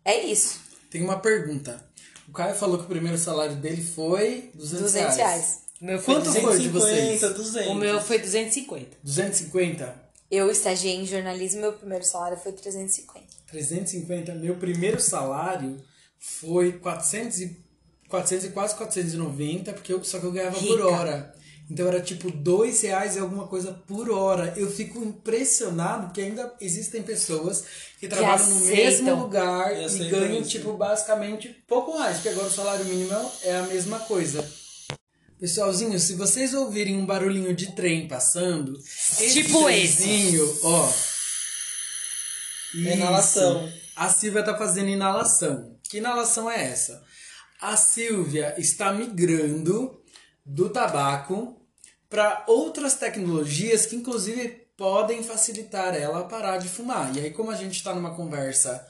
Speaker 5: é isso.
Speaker 1: Tem uma pergunta. O Caio falou que o primeiro salário dele foi 200,
Speaker 5: 200 reais.
Speaker 4: O meu foi
Speaker 1: Quanto foi de vocês?
Speaker 2: 200.
Speaker 4: O meu foi 250.
Speaker 1: 250?
Speaker 5: Eu estagiei em jornalismo, meu primeiro salário foi 350.
Speaker 1: 350? Meu primeiro salário foi 400 e, 400 e quase 490, porque eu, só que eu ganhava por
Speaker 4: Rica.
Speaker 1: hora. Então era tipo dois reais e alguma coisa por hora. Eu fico impressionado porque ainda existem pessoas que trabalham no
Speaker 4: aceitam.
Speaker 1: mesmo lugar
Speaker 2: Eu
Speaker 1: e
Speaker 2: sei
Speaker 1: ganham,
Speaker 2: disso.
Speaker 1: tipo, basicamente pouco mais, porque agora o salário mínimo é a mesma coisa. Pessoalzinho, se vocês ouvirem um barulhinho de trem passando, esse
Speaker 4: Tipo
Speaker 1: trenzinho, ó.
Speaker 2: Inalação.
Speaker 1: Isso. A Silvia tá fazendo inalação. Que inalação é essa? A Silvia está migrando do tabaco para outras tecnologias que, inclusive, podem facilitar ela a parar de fumar. E aí, como a gente está numa conversa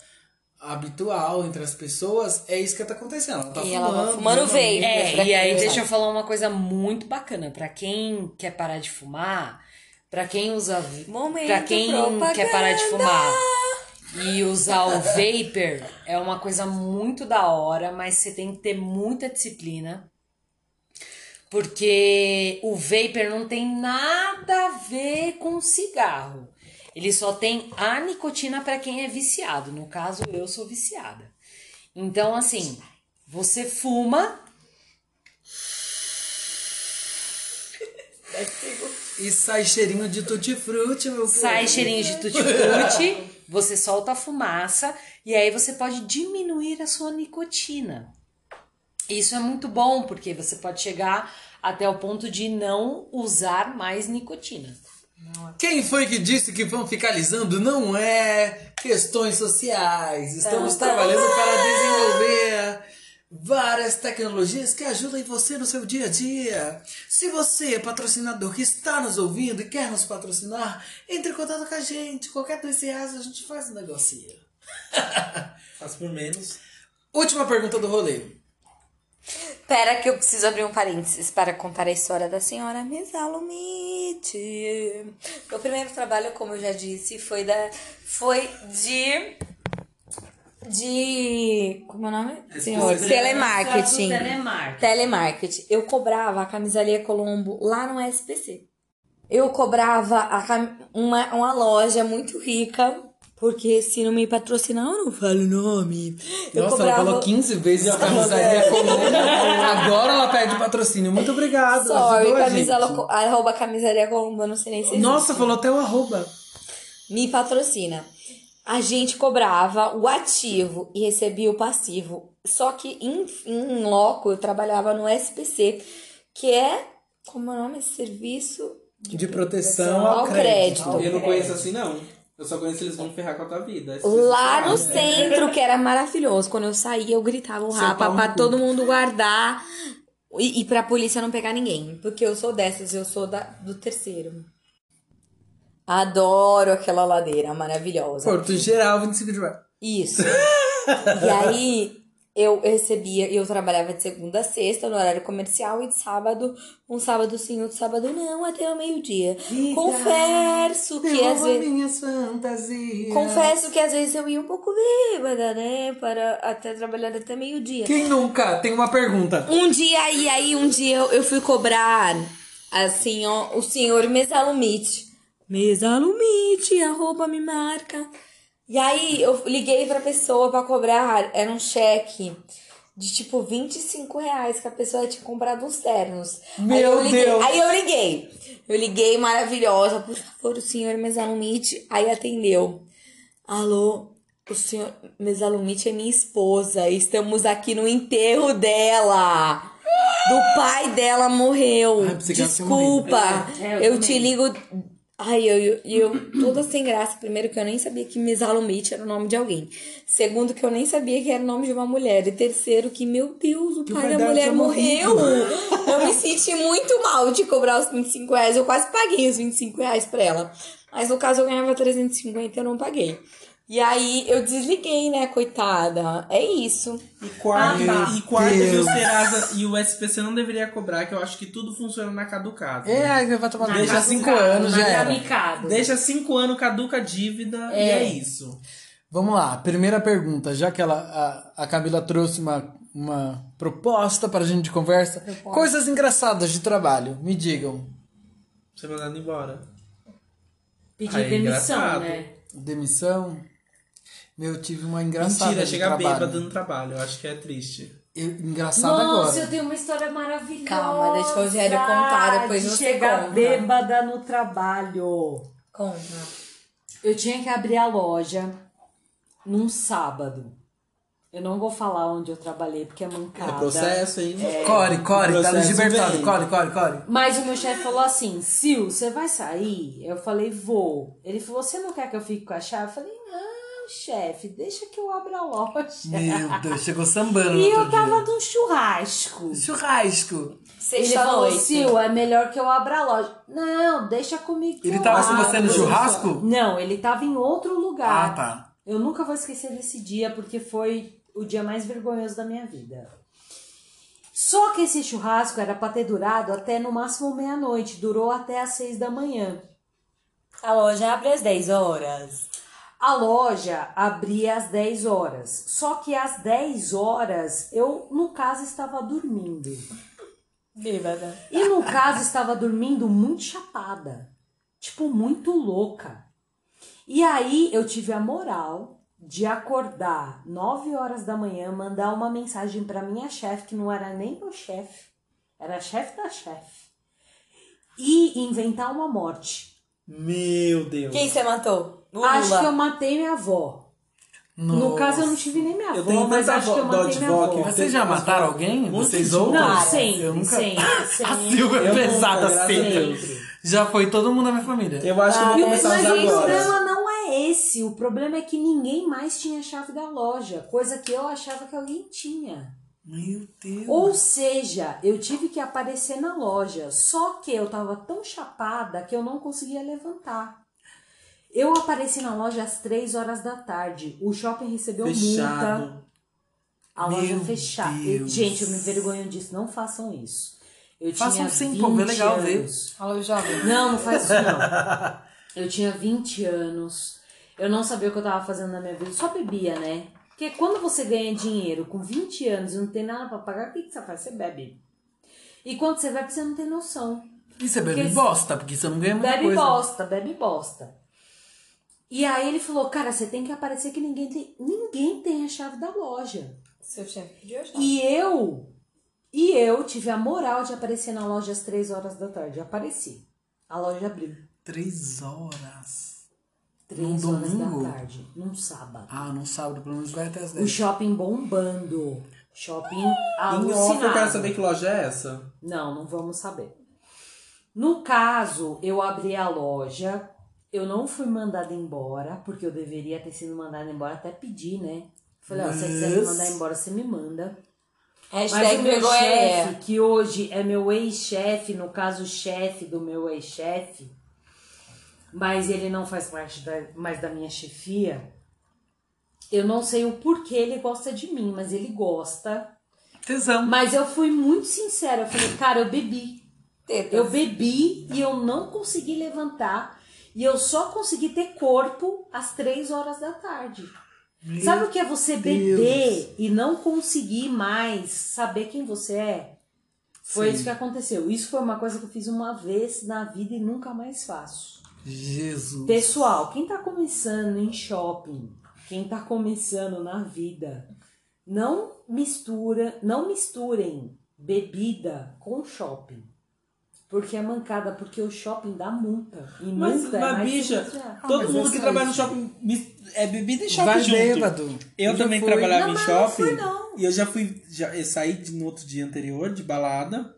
Speaker 1: habitual entre as pessoas, é isso que tá acontecendo. Ela tá
Speaker 5: E
Speaker 1: fumando.
Speaker 5: ela tá fumando
Speaker 1: né?
Speaker 5: vape.
Speaker 4: É,
Speaker 5: Pra
Speaker 4: e
Speaker 5: quem
Speaker 4: aí
Speaker 5: não
Speaker 4: deixa
Speaker 5: sabe.
Speaker 4: eu falar uma coisa muito bacana. Pra quem quer parar de fumar, pra quem usa.
Speaker 5: Momento
Speaker 4: pra quem quer parar de fumar e usar o vapor, é uma coisa muito da hora, mas você tem que ter muita disciplina. Porque o vapor não tem nada a ver com cigarro. Ele só tem a nicotina pra quem é viciado. No caso, eu sou viciada. Então, assim, você fuma,
Speaker 1: E sai cheirinho de tutti-frutti, meu
Speaker 4: sai
Speaker 1: povo.
Speaker 4: cheirinho de tutti-frutti, você solta a fumaça e aí você pode diminuir a sua nicotina. Isso é muito bom porque você pode chegar até o ponto de não usar mais nicotina.
Speaker 1: Quem foi que disse que fanficalizando não é questões sociais?
Speaker 5: Ah,
Speaker 1: Estamos trabalhando para
Speaker 5: é?
Speaker 1: desenvolver várias tecnologias que ajudem você no seu dia a dia. Se você é patrocinador que está nos ouvindo e quer nos patrocinar, entre em contato com a gente. Qualquer dois reais a gente faz um negocinho.
Speaker 2: Faz por menos.
Speaker 1: Última pergunta do rolê.
Speaker 5: Pera que eu preciso abrir um parênteses para contar a história da senhora Mesalomite. Meu primeiro trabalho, como eu já disse, foi da foi de de como é o nome? Senhor, telemarketing.
Speaker 4: é Telemarketing.
Speaker 5: Telemarketing. Eu cobrava a camisaria Colombo lá no SPC. Eu cobrava a cam- uma, uma loja muito rica, porque se não me patrocinar, eu não falo o nome. Eu cobrava...
Speaker 1: 15 vezes a camisaria Colombo. Agora ela pede patrocínio. Muito obrigado.
Speaker 5: Sorry,
Speaker 1: ajudou a
Speaker 5: camisa
Speaker 1: gente.
Speaker 5: loco- arroba camisaria Colombo, eu não sei nem se
Speaker 1: Nossa,
Speaker 5: existe.
Speaker 1: falou até o arroba.
Speaker 5: Me patrocina. A gente cobrava o ativo e recebia o passivo. Só que em, em loco eu trabalhava no SPC, que é. Como é o nome? Serviço
Speaker 1: De proteção ao
Speaker 5: ao crédito.
Speaker 1: crédito.
Speaker 2: Eu não conheço assim, não. Eu só conheço eles vão ferrar com a tua vida. Isso vocês
Speaker 5: Lá
Speaker 2: sabem, né?
Speaker 5: no centro, que era maravilhoso. Quando eu saía, eu gritava o
Speaker 1: Seu
Speaker 5: rapa
Speaker 1: pau no
Speaker 5: pra
Speaker 1: cu.
Speaker 5: todo mundo guardar e, e pra polícia não pegar ninguém. Porque eu sou dessas, eu sou da, do terceiro. Adoro aquela ladeira maravilhosa.
Speaker 1: Porto Geral, 25 de maio.
Speaker 5: Isso. E aí eu recebia, eu trabalhava de segunda a sexta no horário comercial e de sábado, um sábado sim, outro sábado não, até o meio-dia.
Speaker 1: Vida,
Speaker 5: Confesso que às
Speaker 1: Derruba
Speaker 5: vezes.
Speaker 1: minhas fantasias.
Speaker 5: Confesso que às vezes eu ia um pouco bêbada, né? Para até trabalhar até meio-dia.
Speaker 1: Quem nunca? Tem uma pergunta.
Speaker 5: Um dia, e aí um dia eu, eu fui cobrar assim, ó, o senhor Mesalumite. Mesalumite, arroba me marca. E aí eu liguei pra pessoa pra cobrar, era um cheque de tipo 25 reais que a pessoa tinha comprado uns ternos. aí
Speaker 1: Meu
Speaker 5: eu liguei,
Speaker 1: Deus.
Speaker 5: Aí eu liguei. Eu liguei, maravilhosa, por favor, o senhor Mesalumite. Aí atendeu. Alô, o senhor Mesalumite é minha esposa. Estamos aqui no enterro dela. Do pai dela morreu.
Speaker 1: Ai, pensei que ela tinha
Speaker 5: Desculpa.
Speaker 4: morrido. É, eu
Speaker 5: eu
Speaker 4: também.
Speaker 5: te ligo. Ai, eu, eu, eu toda sem graça. Primeiro, que eu nem sabia que Mesalumite era o nome de alguém. Segundo, que eu nem sabia que era o nome de uma mulher. E terceiro, que, meu Deus, o
Speaker 1: Que o
Speaker 5: pai
Speaker 1: pai
Speaker 5: da
Speaker 1: dela
Speaker 5: mulher
Speaker 1: tinha
Speaker 5: morreu.
Speaker 1: morrido.
Speaker 5: Eu me senti muito mal de cobrar os 25 reais. Eu quase paguei os 25 reais pra ela. Mas no caso eu ganhava 350 e eu não paguei. E aí eu desliguei, né, coitada? É isso.
Speaker 2: E quarto,
Speaker 4: Ah, tá.
Speaker 2: e quarto que o
Speaker 1: Deus.
Speaker 2: Serasa e o SPC não deveria cobrar, que eu acho que tudo funciona na caducada.
Speaker 1: É, aí vai tomar
Speaker 2: Deixa
Speaker 1: Deixa
Speaker 4: Caducado,
Speaker 1: cinco anos,
Speaker 4: é
Speaker 1: já era.
Speaker 4: Namicado.
Speaker 2: Deixa cinco anos, caduca a dívida e é isso.
Speaker 1: Vamos lá, primeira pergunta, já que ela, a, a Camila trouxe uma, uma proposta pra gente de conversa. Coisas engraçadas de trabalho, me digam.
Speaker 2: Ser mandado embora.
Speaker 4: Pedir
Speaker 2: Aí, é
Speaker 4: demissão,
Speaker 2: engraçado.
Speaker 4: né?
Speaker 1: Demissão? Meu, eu tive uma engraçada
Speaker 2: Mentira,
Speaker 1: de
Speaker 2: chega
Speaker 1: trabalho.
Speaker 2: bêbado no trabalho. Eu acho que é triste.
Speaker 1: Eu- engraçada
Speaker 4: Nossa,
Speaker 1: agora.
Speaker 4: eu tenho uma história maravilhosa.
Speaker 5: Calma, deixa o Rogério contar, depois
Speaker 4: de
Speaker 5: você
Speaker 4: chegar
Speaker 5: conta.
Speaker 4: bêbada no trabalho.
Speaker 5: Conta.
Speaker 4: Eu tinha que abrir a loja num sábado. Eu não vou falar onde eu trabalhei, porque é mancada.
Speaker 2: É processo ainda.
Speaker 1: Core, core, tá
Speaker 2: Processo
Speaker 1: libertado.
Speaker 2: vem.
Speaker 1: Core, core, core.
Speaker 4: Mas o meu chefe falou assim: Sil, você vai sair? Eu falei: vou. Ele falou: você não quer que eu fique com a chave? Eu falei: não, chefe, deixa que eu abra a loja.
Speaker 1: Meu Deus, chegou sambando. no
Speaker 4: E eu
Speaker 1: outro
Speaker 4: tava
Speaker 1: dia.
Speaker 4: num churrasco.
Speaker 1: Churrasco.
Speaker 4: Ele
Speaker 5: Sexta
Speaker 4: falou,
Speaker 5: noite.
Speaker 4: Sil, é melhor que eu abra a loja. Não, deixa comigo. que
Speaker 1: Ele
Speaker 4: eu
Speaker 1: tava com você no
Speaker 4: abro.
Speaker 1: churrasco?
Speaker 4: Não, ele tava em outro lugar.
Speaker 1: Ah, tá.
Speaker 4: Eu nunca vou esquecer desse dia, porque foi o dia mais vergonhoso da minha vida. Só que esse churrasco era pra ter durado até no máximo meia-noite, durou até às seis da manhã.
Speaker 5: A loja abre às 10 horas.
Speaker 4: A loja abria às 10 horas, só que às 10 horas eu, no caso, estava dormindo.
Speaker 5: Bêbada.
Speaker 4: E no caso, estava dormindo muito chapada. Tipo, muito louca. E aí eu tive a moral de acordar 9 horas da manhã, mandar uma mensagem pra minha chefe, que não era nem meu chefe, era a chefe da chefe, e inventar uma morte.
Speaker 2: Meu Deus.
Speaker 5: Quem você matou? O
Speaker 4: Acho que eu
Speaker 5: Lula.
Speaker 4: matei minha avó. No caso, eu não tive nem minha
Speaker 2: Eu
Speaker 4: avó,
Speaker 2: tenho
Speaker 4: mas
Speaker 2: tanta
Speaker 4: acho que eu
Speaker 2: avó- dó
Speaker 4: matei
Speaker 2: de
Speaker 4: minha
Speaker 2: vó
Speaker 4: avó.
Speaker 2: que eu
Speaker 1: Vocês já mataram alguém?
Speaker 2: Muito
Speaker 1: Vocês
Speaker 2: de-
Speaker 1: outras?
Speaker 4: Não,
Speaker 1: Eu
Speaker 4: sempre,
Speaker 1: nunca-
Speaker 4: sempre,
Speaker 1: A
Speaker 4: sempre.
Speaker 1: Silvia é
Speaker 2: Eu nunca,
Speaker 1: pesada
Speaker 2: graças a
Speaker 1: sempre.
Speaker 2: Deus.
Speaker 1: Já foi todo mundo na minha família.
Speaker 2: Eu acho que eu
Speaker 5: Ah,
Speaker 2: vou
Speaker 5: mas-
Speaker 2: começar a
Speaker 4: Mas
Speaker 2: usar
Speaker 4: o
Speaker 2: agora.
Speaker 4: problema não é esse. O problema é que ninguém mais tinha a chave da loja, coisa que eu achava que alguém tinha.
Speaker 1: Meu Deus.
Speaker 4: Ou seja, eu tive que aparecer na loja, só que eu tava tão chapada que eu não conseguia levantar. Eu apareci na loja às 3 horas da tarde. O shopping recebeu multa.
Speaker 2: Fechado.
Speaker 4: A loja
Speaker 1: Meu
Speaker 4: fechar.
Speaker 1: Deus.
Speaker 4: Gente, eu me envergonho disso. Não façam isso. Eu
Speaker 1: Façam
Speaker 4: tinha
Speaker 1: sim,
Speaker 4: 20
Speaker 1: pô, é legal ver.
Speaker 4: anos.
Speaker 5: Alô, jovem.
Speaker 4: Não, não faz isso não. Eu tinha 20 anos. Eu não sabia o que eu tava fazendo na minha vida. Só bebia, né? Porque quando você ganha dinheiro com 20 anos e não tem nada pra pagar, o que, que você faz? Você bebe. E quando você bebe, você não tem noção.
Speaker 1: E você bebe
Speaker 4: Porque-
Speaker 1: bosta, porque você não ganha muita
Speaker 4: Bebe
Speaker 1: coisa. né?
Speaker 4: bosta, bebe bosta. E aí ele falou, cara, você tem que aparecer que ninguém tem, ninguém tem a chave da loja.
Speaker 5: Seu chefe pediu a chave.
Speaker 4: E eu e eu tive a moral de aparecer na loja às 3 horas da tarde. Apareci. A loja abriu.
Speaker 1: Três horas.
Speaker 4: 3
Speaker 1: Num
Speaker 4: horas
Speaker 1: domingo?
Speaker 4: da tarde, num sábado.
Speaker 1: Ah, no sábado, pelo menos vai até as
Speaker 4: O
Speaker 1: 10.
Speaker 4: shopping bombando. Shopping
Speaker 2: Em off,
Speaker 4: alucinado.
Speaker 2: eu quero saber que loja é essa.
Speaker 4: Não, não vamos saber. No caso, eu abri a loja Eu não fui mandada embora, porque eu deveria ter sido mandada embora, até pedi, né? Falei, ó, se você quiser me
Speaker 1: Mas-
Speaker 4: mandar embora, você me manda. Mas o
Speaker 5: Hashtag
Speaker 4: um meu
Speaker 5: pegou
Speaker 4: chefe,
Speaker 5: é.
Speaker 4: que hoje é meu ex-chefe, no caso, o chefe do meu ex-chefe, mas ele não faz parte da- mais da minha chefia. Eu não sei o porquê ele gosta de mim, mas ele gosta.
Speaker 1: Tesão.
Speaker 4: Mas eu fui muito sincera. Eu falei, cara, eu bebi.
Speaker 5: Tetas.
Speaker 4: Eu bebi e eu não consegui levantar. E eu só consegui ter corpo às três horas da tarde. Sabe o que é você beber e não conseguir mais saber quem você é? Foi
Speaker 1: Sim.
Speaker 4: isso que aconteceu. Isso foi uma coisa que eu fiz uma vez na vida e nunca mais faço.
Speaker 1: Jesus.
Speaker 4: Pessoal, quem tá começando em shopping, quem tá começando na vida, não mistura, não misturem bebida com shopping. Porque é mancada, porque o shopping dá multa. E
Speaker 2: Mas,
Speaker 4: multa é
Speaker 2: mas,
Speaker 4: mais
Speaker 2: bicha,
Speaker 4: complicado.
Speaker 2: Todo
Speaker 1: mas
Speaker 2: mundo
Speaker 1: é
Speaker 2: que
Speaker 1: só
Speaker 2: trabalha no
Speaker 1: isso.
Speaker 2: shopping mis- é bebida e shopping
Speaker 1: Vai
Speaker 2: junto.
Speaker 1: bêbado.
Speaker 2: Eu
Speaker 1: Já
Speaker 2: também
Speaker 1: fui.
Speaker 2: trabalhava
Speaker 5: Não,
Speaker 2: em
Speaker 5: mas eu não
Speaker 2: shopping.
Speaker 5: fui, não.
Speaker 2: E eu já fui. Já, eu saí de- no outro dia anterior de balada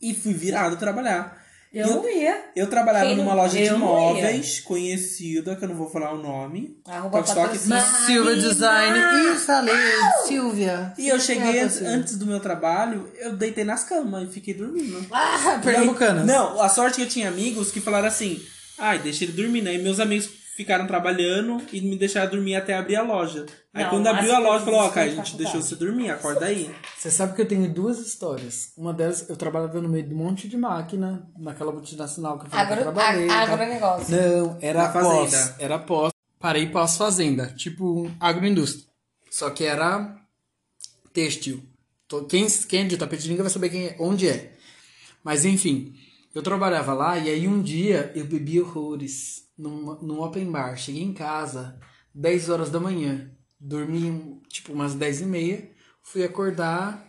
Speaker 2: e fui virado trabalhar.
Speaker 4: Eu
Speaker 2: Eu-
Speaker 4: não ia.
Speaker 2: Eu trabalhava
Speaker 5: Quem não-
Speaker 2: numa loja de
Speaker 4: eu não ia.
Speaker 2: móveis conhecida, que eu não vou falar o nome.
Speaker 5: Arroba
Speaker 2: Toque, toque.
Speaker 5: patrocínio.
Speaker 1: Silvia Design. Ih, falei, Silvia.
Speaker 2: E eu cheguei
Speaker 1: Ah,
Speaker 2: antes,
Speaker 1: Silvia.
Speaker 2: antes do meu trabalho, eu deitei nas camas e fiquei dormindo.
Speaker 1: Ah, Pernambucanas.
Speaker 2: Não, a sorte que eu tinha amigos que falaram assim: ai, deixa ele dormir, né? E meus amigos ficaram trabalhando e me deixaram dormir até abrir a loja. Aí
Speaker 4: Não,
Speaker 2: quando
Speaker 4: mas
Speaker 2: abriu a loja,
Speaker 4: que
Speaker 2: falou: ó,
Speaker 4: isso
Speaker 2: Caio, a
Speaker 4: foi
Speaker 2: gente
Speaker 4: faculdade.
Speaker 2: deixou você dormir, acorda aí.
Speaker 1: Você sabe que eu tenho duas histórias. Uma delas, eu trabalhava no meio de um monte de máquina, naquela multinacional que eu falei que eu
Speaker 5: Agro,
Speaker 1: trabalhei. tá? e
Speaker 5: a- é
Speaker 1: tal.
Speaker 5: agronegócio.
Speaker 1: Não, era
Speaker 2: Na fazenda.
Speaker 1: pós. Era pós. Parei pós-fazenda, tipo agroindústria. Só que era têxtil. Tô- Quem, quem é de Tapetininga vai saber quem é, onde é. Mas enfim, eu trabalhava lá e aí um dia eu bebi horrores num, num open bar. Cheguei em casa, 10 horas da manhã. Dormi um- tipo umas 10 e meia. Fui acordar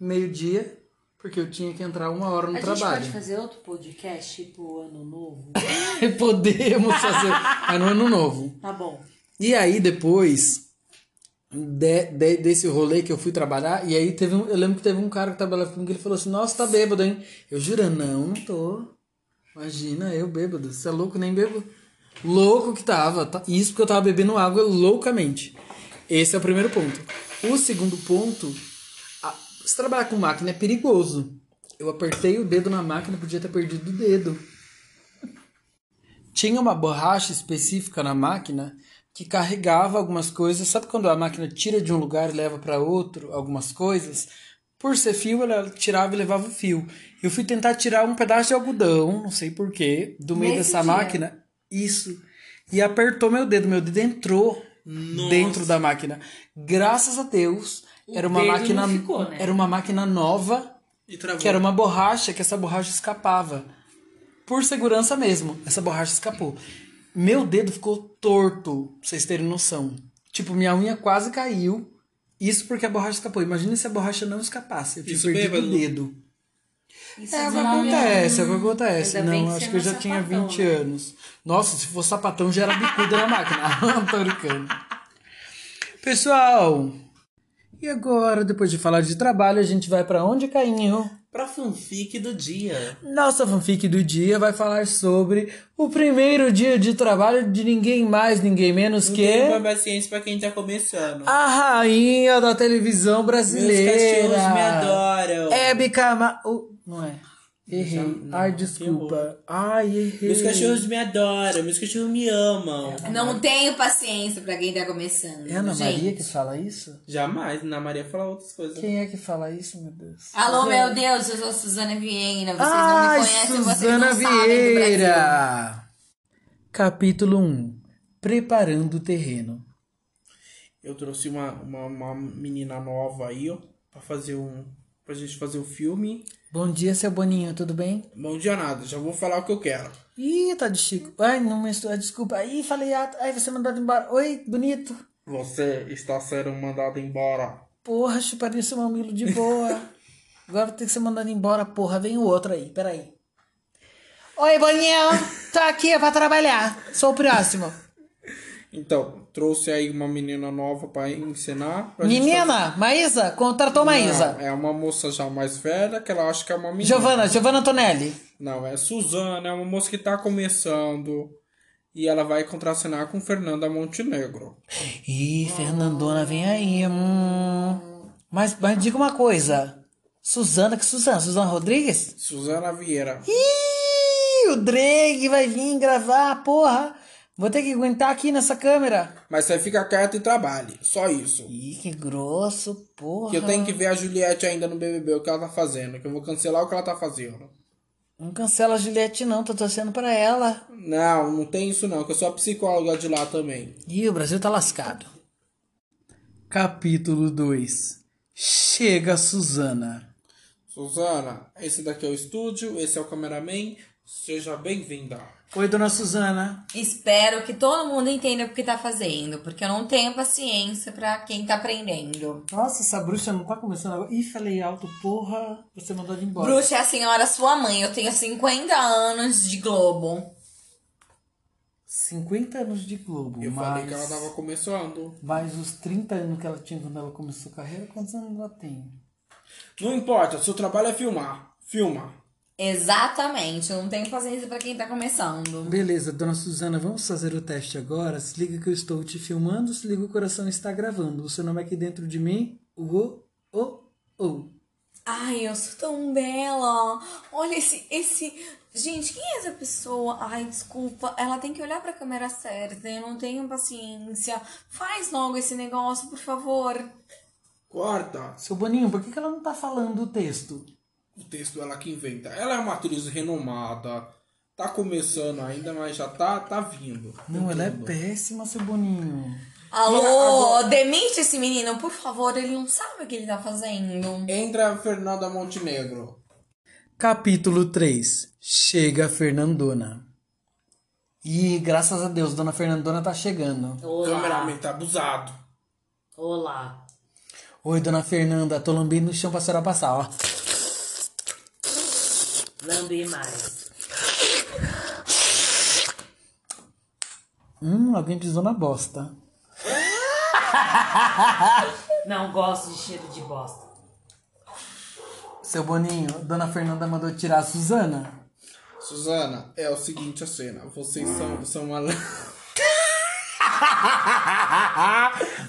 Speaker 1: meio-dia, porque eu tinha que entrar uma hora no
Speaker 4: a gente
Speaker 1: trabalho.
Speaker 4: pode fazer outro podcast, tipo Ano Novo?
Speaker 1: Podemos fazer. Mas é no ano novo.
Speaker 4: Tá bom.
Speaker 1: E aí depois de- de- desse rolê que eu fui trabalhar, e aí teve um, eu lembro que teve um cara que trabalhava comigo, ele falou assim, nossa, tá bêbado, hein? Eu jurando, não, não tô. Imagina, eu bêbado. Você é louco, nem bebo. Louco que tava. tá- Isso porque eu tava bebendo água loucamente. Esse é o primeiro ponto. O segundo ponto, a- Ah, se trabalhar com máquina é perigoso. Eu apertei o dedo na máquina, podia ter perdido o dedo tinha uma borracha específica na máquina que carregava algumas coisas. Sabe quando a máquina tira de um lugar e leva para outro algumas coisas? Por ser fio, ela tirava e levava o fio. Eu fui tentar tirar um pedaço de algodão, não sei porquê, do meio
Speaker 5: Nesse
Speaker 1: dessa
Speaker 5: dia?
Speaker 1: máquina. Isso. E apertou meu dedo. Meu dedo entrou dentro da máquina. Graças a Deus,
Speaker 4: O
Speaker 1: era uma
Speaker 4: dedo não
Speaker 1: máquina.
Speaker 4: ficou, né?
Speaker 1: Era uma máquina nova
Speaker 2: E travou.
Speaker 1: que era uma borracha que essa borracha escapava. Por segurança mesmo, essa borracha escapou. Meu dedo ficou torto, pra vocês terem noção. Tipo, minha unha quase caiu. Isso porque a borracha escapou. Imagina se a borracha não escapasse. Eu tinha
Speaker 2: Isso
Speaker 1: perdido
Speaker 2: bêbado.
Speaker 1: o dedo.
Speaker 5: Isso
Speaker 1: É o que
Speaker 5: desenvolve a-
Speaker 1: acontece, é o que acontece.
Speaker 4: Ainda bem que
Speaker 1: Não,
Speaker 4: você
Speaker 1: acho que
Speaker 4: não
Speaker 1: eu já
Speaker 4: é
Speaker 1: tinha
Speaker 4: sapatão,
Speaker 1: 20
Speaker 4: né?
Speaker 1: anos. Nossa, se fosse sapatão já era bicuda na máquina. Tô brincando. Pessoal, e agora, depois de falar de trabalho, a gente vai pra onde, Cainho?
Speaker 2: Pra fanfic do dia.
Speaker 1: Nossa fanfic do dia vai falar sobre o primeiro dia de trabalho de ninguém mais, ninguém menos
Speaker 2: Tem uma
Speaker 1: que
Speaker 2: paciência pra quem tá começando.
Speaker 1: a rainha da televisão
Speaker 2: Meus cachorros me
Speaker 1: brasileira.
Speaker 4: É,
Speaker 2: adoram.
Speaker 1: Hebe Camargo. Não é. Errei.
Speaker 2: Não,
Speaker 1: Ai,
Speaker 2: não,
Speaker 1: desculpa. Ai, errei.
Speaker 2: Meus cachorros me adoram, meus cachorros me amam.
Speaker 5: Não tenho paciência pra quem tá começando.
Speaker 1: É Ana
Speaker 5: gente.
Speaker 1: Maria que fala isso?
Speaker 2: Jamais, Ana Maria fala outras coisas.
Speaker 1: Quem é que fala isso, meu Deus?
Speaker 5: Alô, meu Deus, eu sou Suzana Vieira. Ah, Vocês não me
Speaker 1: Ai,
Speaker 5: conhecem,
Speaker 1: Suzana
Speaker 5: vocês não sabem do Brasil.
Speaker 1: Vieira. Capítulo 1. Preparando o terreno.
Speaker 2: Eu trouxe uma, uma, uma menina nova aí, ó, pra fazer um. pra gente fazer o filme.
Speaker 1: Bom dia, seu Boninho, tudo bem?
Speaker 2: Bom dia nada, já vou falar o que eu quero.
Speaker 1: Ih, tá de Chico. Ai, não menstrua, desculpa. Ih, falei, ah, ai, você mandado embora. Oi, bonito.
Speaker 2: Você está sendo mandado embora.
Speaker 1: Porra, chuparia seu mamilo de boa. Agora vou ter que ser mandado embora, porra. Vem o outro aí, peraí. Oi, Boninho. Tô aqui pra trabalhar. Sou o próximo.
Speaker 2: Então, trouxe aí uma menina nova pra ensinar. pra gente
Speaker 1: Menina, Maísa, contratou
Speaker 2: fazer-
Speaker 1: Maísa.
Speaker 2: Não, é uma moça já mais velha que ela acha que é uma menina.
Speaker 1: Giovana, Giovana Tonelli.
Speaker 2: Não, é Suzana, é uma moça que tá começando. E ela vai contracenar com Fernanda Montenegro.
Speaker 1: Ih, Fernandona, vem aí. hum. Mas, mas diga uma coisa. Suzana, que Suzana? Suzana Rodrigues?
Speaker 2: Suzana Vieira.
Speaker 1: Ih, o Drake vai vir gravar, porra. Vou ter que aguentar aqui nessa câmera.
Speaker 2: Mas você fica quieto e trabalhe. Só isso.
Speaker 1: Ih, que grosso, porra.
Speaker 2: Que eu tenho que ver a Juliette ainda no BBB, o que ela tá fazendo. Que eu vou cancelar o que ela tá fazendo.
Speaker 1: Não cancela a Juliette não, tô torcendo pra ela.
Speaker 2: Não, não tem isso não, que eu sou a psicóloga de lá também.
Speaker 1: Ih, o Brasil tá lascado. Capítulo 2. Chega Suzana.
Speaker 2: Suzana, esse daqui é o estúdio, esse é o cameraman. Seja bem-vinda.
Speaker 1: Oi, dona Suzana.
Speaker 5: Espero que todo mundo entenda o que tá fazendo, porque eu não tenho paciência pra quem tá aprendendo.
Speaker 1: Nossa, essa bruxa não tá começando agora. Ih, falei alto, porra. Você mandou ela embora.
Speaker 5: Bruxa é a senhora sua mãe, eu tenho 50 anos de Globo.
Speaker 1: 50 anos de Globo.
Speaker 2: Eu
Speaker 1: mas...
Speaker 2: falei que ela tava começando.
Speaker 1: Mas os 30 anos que ela tinha quando ela começou a carreira, quantos anos ela tem?
Speaker 2: Não importa, seu trabalho é filmar. Filma.
Speaker 5: Exatamente, eu não tenho paciência pra quem tá começando.
Speaker 1: Beleza, dona Suzana, vamos fazer o teste agora. Se liga que eu estou te filmando, se liga o coração está gravando. O seu nome aqui dentro de mim? O, o, o.
Speaker 5: Ai, eu sou tão bela. Olha esse, esse. Gente, quem é essa pessoa? Ai, desculpa. Ela tem que olhar pra câmera certa. Eu não tenho paciência. Faz logo esse negócio, por favor.
Speaker 2: Corta.
Speaker 1: Seu Boninho, por que que ela não tá falando o texto?
Speaker 2: O texto ela que inventa. Ela é uma atriz renomada. Tá começando ainda, mas já tá, tá vindo.
Speaker 1: Não, ela é
Speaker 2: Tudo.
Speaker 1: péssima, seu Boninho.
Speaker 5: Alô, demite esse menino, por favor. Ele não sabe o que ele tá fazendo.
Speaker 2: Entra Fernanda Montenegro.
Speaker 1: Capítulo 3. Chega a Fernandona. E graças a Deus, dona Fernandona tá chegando.
Speaker 2: O
Speaker 4: Olá.
Speaker 2: cameraman tá abusado.
Speaker 4: Olá.
Speaker 1: Oi, dona Fernanda, tô lambendo no chão pra senhora passar, ó.
Speaker 4: Lambi mais.
Speaker 1: Hum, alguém pisou na bosta.
Speaker 4: Não gosto de cheiro de bosta.
Speaker 1: Seu Boninho, dona Fernanda mandou tirar a Suzana.
Speaker 2: Suzana, é o seguinte a cena. Vocês
Speaker 1: Hum.
Speaker 2: são, são uma... lã-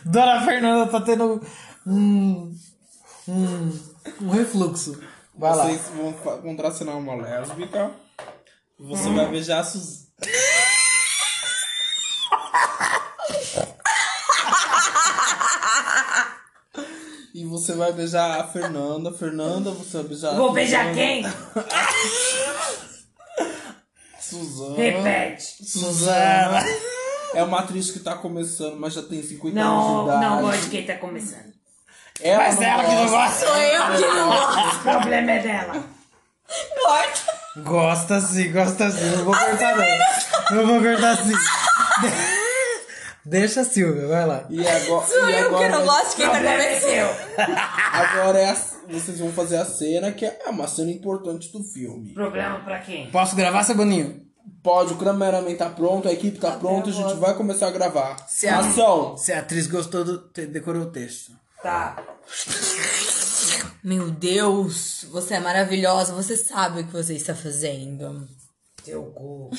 Speaker 1: Dona Fernanda tá tendo um, um, um refluxo. Vai lá.
Speaker 2: Vocês vão fa- contracenar uma lésbica.
Speaker 1: Hum.
Speaker 2: Você vai beijar a Suzana. E você vai beijar a Fernanda. Fernanda, você vai beijar a
Speaker 4: Vou beijar
Speaker 2: Suzana.
Speaker 4: quem?
Speaker 2: Suzana.
Speaker 4: Repete.
Speaker 2: Suzana. É uma atriz que tá começando, mas já tem 50
Speaker 4: Não,
Speaker 2: anos de idade.
Speaker 4: não gosto de quem tá começando.
Speaker 2: Ela
Speaker 1: é
Speaker 2: não gosta.
Speaker 5: Sou eu que não gosto.
Speaker 4: O problema é dela.
Speaker 5: Corta.
Speaker 1: Gosta sim, gosta sim. Não vou cortar não. Não vou cortar sim. De- Deixa a Silvia, vai lá.
Speaker 2: E agora,
Speaker 5: Sou
Speaker 2: e
Speaker 5: eu
Speaker 2: agora, é,
Speaker 5: que não gosto de quem tá
Speaker 4: Aconteceu.
Speaker 5: começando.
Speaker 2: agora é a- vocês vão fazer a cena que é uma cena importante do filme.
Speaker 4: Problema pra quem?
Speaker 1: Posso gravar, seu Boninho?
Speaker 2: Pode, o cameraman tá pronto, a equipe tá pronta, a gente vai começar a gravar.
Speaker 1: Se a-
Speaker 2: Ação!
Speaker 1: Se é a atriz gostou, do, te- decorou o texto.
Speaker 4: Tá.
Speaker 5: Meu Deus, você é maravilhosa, você sabe o que você está fazendo.
Speaker 4: Teu cu.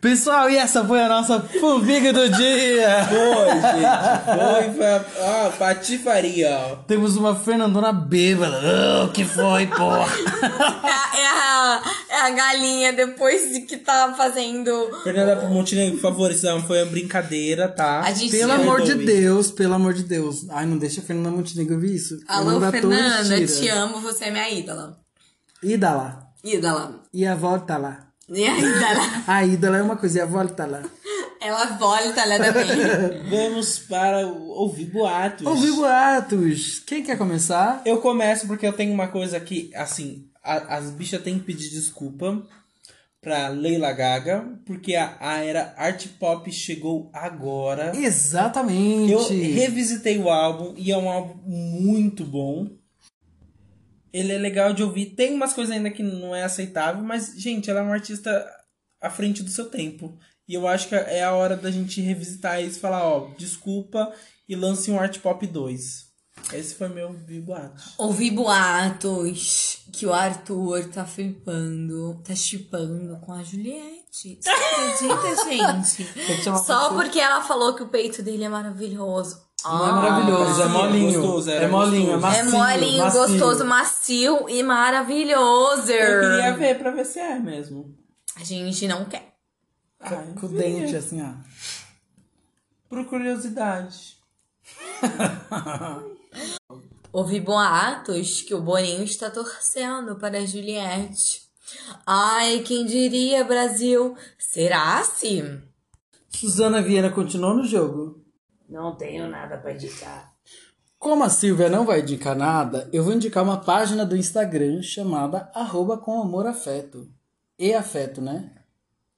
Speaker 1: Pessoal, e essa foi a nossa Fubica do dia.
Speaker 2: Foi, gente. Foi, foi a, a patifaria.
Speaker 1: Temos uma Fernandona bêbada. O que foi, porra?
Speaker 5: É, a- é a, é a galinha depois de que tá fazendo.
Speaker 2: Fernanda Montenegro, por favor, isso não foi uma brincadeira, tá?
Speaker 5: A gente-
Speaker 1: pelo amor de
Speaker 2: Perdoe.
Speaker 1: Deus, pelo amor de Deus. Ai, não deixa a Fernanda Montenegro ouvir isso.
Speaker 5: Alô,
Speaker 1: Ela mandou a todos
Speaker 5: Fernanda,
Speaker 1: tira.
Speaker 5: te amo, você é minha ídola.
Speaker 1: E dá lá.
Speaker 5: Ídola.
Speaker 1: E a volta lá.
Speaker 5: Minha ídola.
Speaker 1: A ídola é uma coisa, e a volta lá.
Speaker 5: Ela volta, ela também.
Speaker 2: Vamos para o- ouvir boatos.
Speaker 1: Ouvi boatos. Quem quer começar?
Speaker 2: Eu começo porque eu tenho uma coisa que, assim, a- as bichas têm que pedir desculpa pra Leila Gaga, porque a, a era art pop chegou agora.
Speaker 1: Exatamente.
Speaker 2: Eu revisitei o álbum e é um álbum muito bom. Ele é legal de ouvir. Tem umas coisas ainda que não é aceitável, mas, gente, ela é uma artista à frente do seu tempo. E eu acho que é a hora da gente revisitar isso e falar, ó, desculpa e lance um Art Pop 2. Esse foi meu biboate.
Speaker 5: Ouvi boatos que o Arthur tá flipando, tá chipando com a Juliette. Você acredita, gente?
Speaker 1: Tem que chamar
Speaker 5: Só
Speaker 1: você.
Speaker 5: porque ela falou que o peito dele é maravilhoso.
Speaker 1: Não é
Speaker 5: Ah.
Speaker 1: maravilhoso, é
Speaker 2: Macio,
Speaker 1: molinho.
Speaker 2: gostoso, era
Speaker 1: é molinho, é
Speaker 2: gostoso.
Speaker 5: É
Speaker 1: macio.
Speaker 5: molinho,
Speaker 1: macio.
Speaker 5: gostoso, macio e maravilhoso.
Speaker 2: Eu queria ver pra ver se é mesmo.
Speaker 5: A gente não quer.
Speaker 2: Ah, eu
Speaker 1: Com o
Speaker 2: queria.
Speaker 1: dente, assim, ó.
Speaker 2: Por curiosidade.
Speaker 5: Ouvi boatos que o Boninho está torcendo para a Juliette. Ai, quem diria, Brasil? Será assim?
Speaker 1: Suzana Vieira continuou no jogo.
Speaker 4: Não tenho nada pra indicar.
Speaker 1: Como a Silvia não vai indicar nada, eu vou indicar uma página do Instagram chamada arroba com amor afeto. E afeto, né?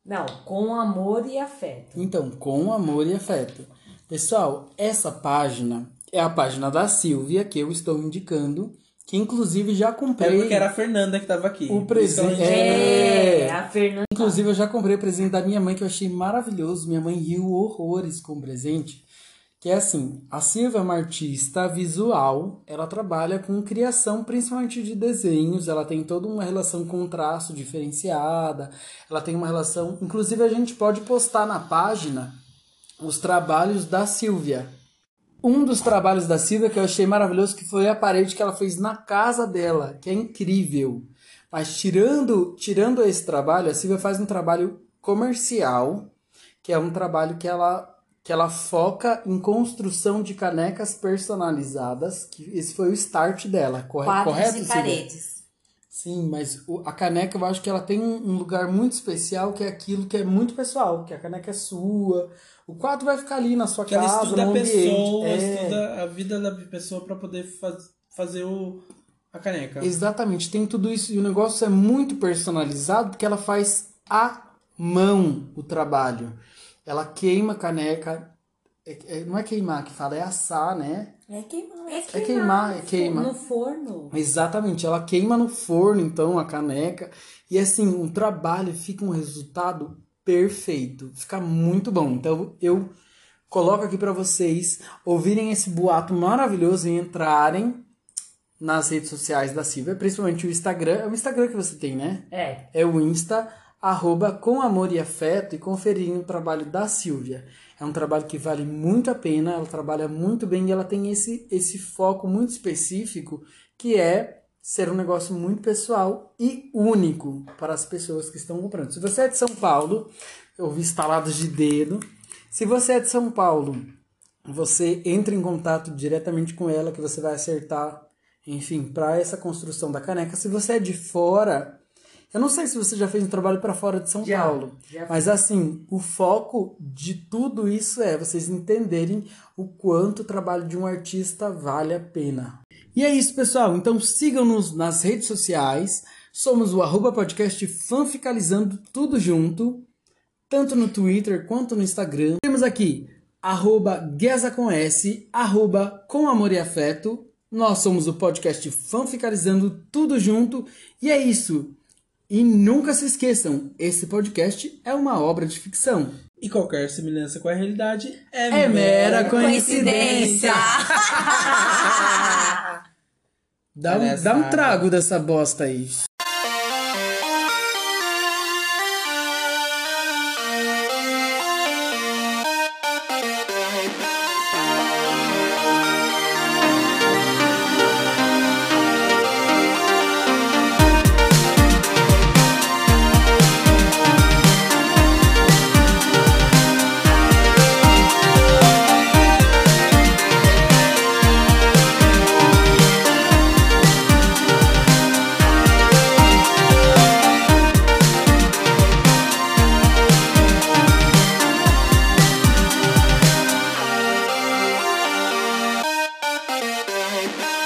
Speaker 4: Não, com amor e afeto.
Speaker 1: Então, com amor e afeto. Pessoal, essa página é a página da Silvia que eu estou indicando, que inclusive já
Speaker 2: Era
Speaker 1: comprei.
Speaker 2: É porque era a Fernanda que tava aqui.
Speaker 1: O presente-
Speaker 2: Então, a gente-
Speaker 1: É.
Speaker 4: a Fernanda.
Speaker 1: Inclusive, eu já comprei o presente da minha mãe que eu achei maravilhoso. Minha mãe riu horrores com o presente. Que é assim, a Silvia é uma artista visual, ela trabalha com criação principalmente de desenhos, ela tem toda uma relação com traço diferenciada, ela tem uma relação. Inclusive, a gente pode postar na página os trabalhos da Silvia. Um dos trabalhos da Silvia que eu achei maravilhoso que foi a parede que ela fez na casa dela, que é incrível. Mas tirando, tirando esse trabalho, a Silvia faz um trabalho comercial, que é um trabalho que ela que ela foca em construção de canecas personalizadas, que esse foi o start dela, corre,
Speaker 5: Quadros
Speaker 1: correto,
Speaker 5: e
Speaker 1: Silvia?
Speaker 5: paredes.
Speaker 1: Sim, mas o- a caneca eu acho que ela tem um um lugar muito especial que é aquilo que é muito pessoal, que a caneca é sua. O quadro vai ficar ali na sua
Speaker 2: Que ela
Speaker 1: casa,
Speaker 2: estuda
Speaker 1: no
Speaker 2: a
Speaker 1: ambiente.
Speaker 2: pessoa,
Speaker 1: É,
Speaker 2: estuda a vida da pessoa pra poder faz- fazer o, a caneca.
Speaker 1: Exatamente, tem tudo isso e o negócio é muito personalizado porque ela faz à mão o trabalho. Ela queima a caneca, é- é- não é queimar que fala, é assar, né?
Speaker 5: É queimado.
Speaker 1: É queimar, é queima.
Speaker 4: No forno.
Speaker 1: Exatamente, ela queima no forno, então, a caneca. E assim, um trabalho fica um resultado perfeito. Fica muito bom. Então, eu coloco aqui para vocês ouvirem esse boato maravilhoso e entrarem nas redes sociais da Silvia, principalmente o Instagram. É o Instagram que você tem, né?
Speaker 4: É.
Speaker 1: É o Insta, arroba com amor e afeto e conferirem o trabalho da Silvia. É um trabalho que vale muito a pena, ela trabalha muito bem e ela tem esse, esse foco muito específico que é ser um negócio muito pessoal e único para as pessoas que estão comprando. Se você é de São Paulo, eu vi estalados de dedo. Se você é de São Paulo, você entra em contato diretamente com ela que você vai acertar, enfim, para essa construção da caneca. Se você é de fora, eu não sei se você já fez um trabalho para fora de São
Speaker 4: Já,
Speaker 1: Paulo,
Speaker 4: já
Speaker 1: mas assim, o foco de tudo isso é vocês entenderem o quanto o trabalho de um artista vale a pena. E é isso, pessoal. Então sigam-nos nas redes sociais. Somos o arroba podcast fanficalizando tudo junto, tanto no Twitter quanto no Instagram. Temos aqui arroba Gueza com S, arroba com amor e afeto. Nós somos o podcast fanficalizando tudo junto. E é isso. E nunca se esqueçam, esse podcast é uma obra de ficção.
Speaker 2: E qualquer semelhança com a realidade
Speaker 1: É, mera coincidência.
Speaker 5: Coincidência!
Speaker 1: Dá um,
Speaker 2: Palhaçada.
Speaker 1: dá um trago um dessa bosta aí.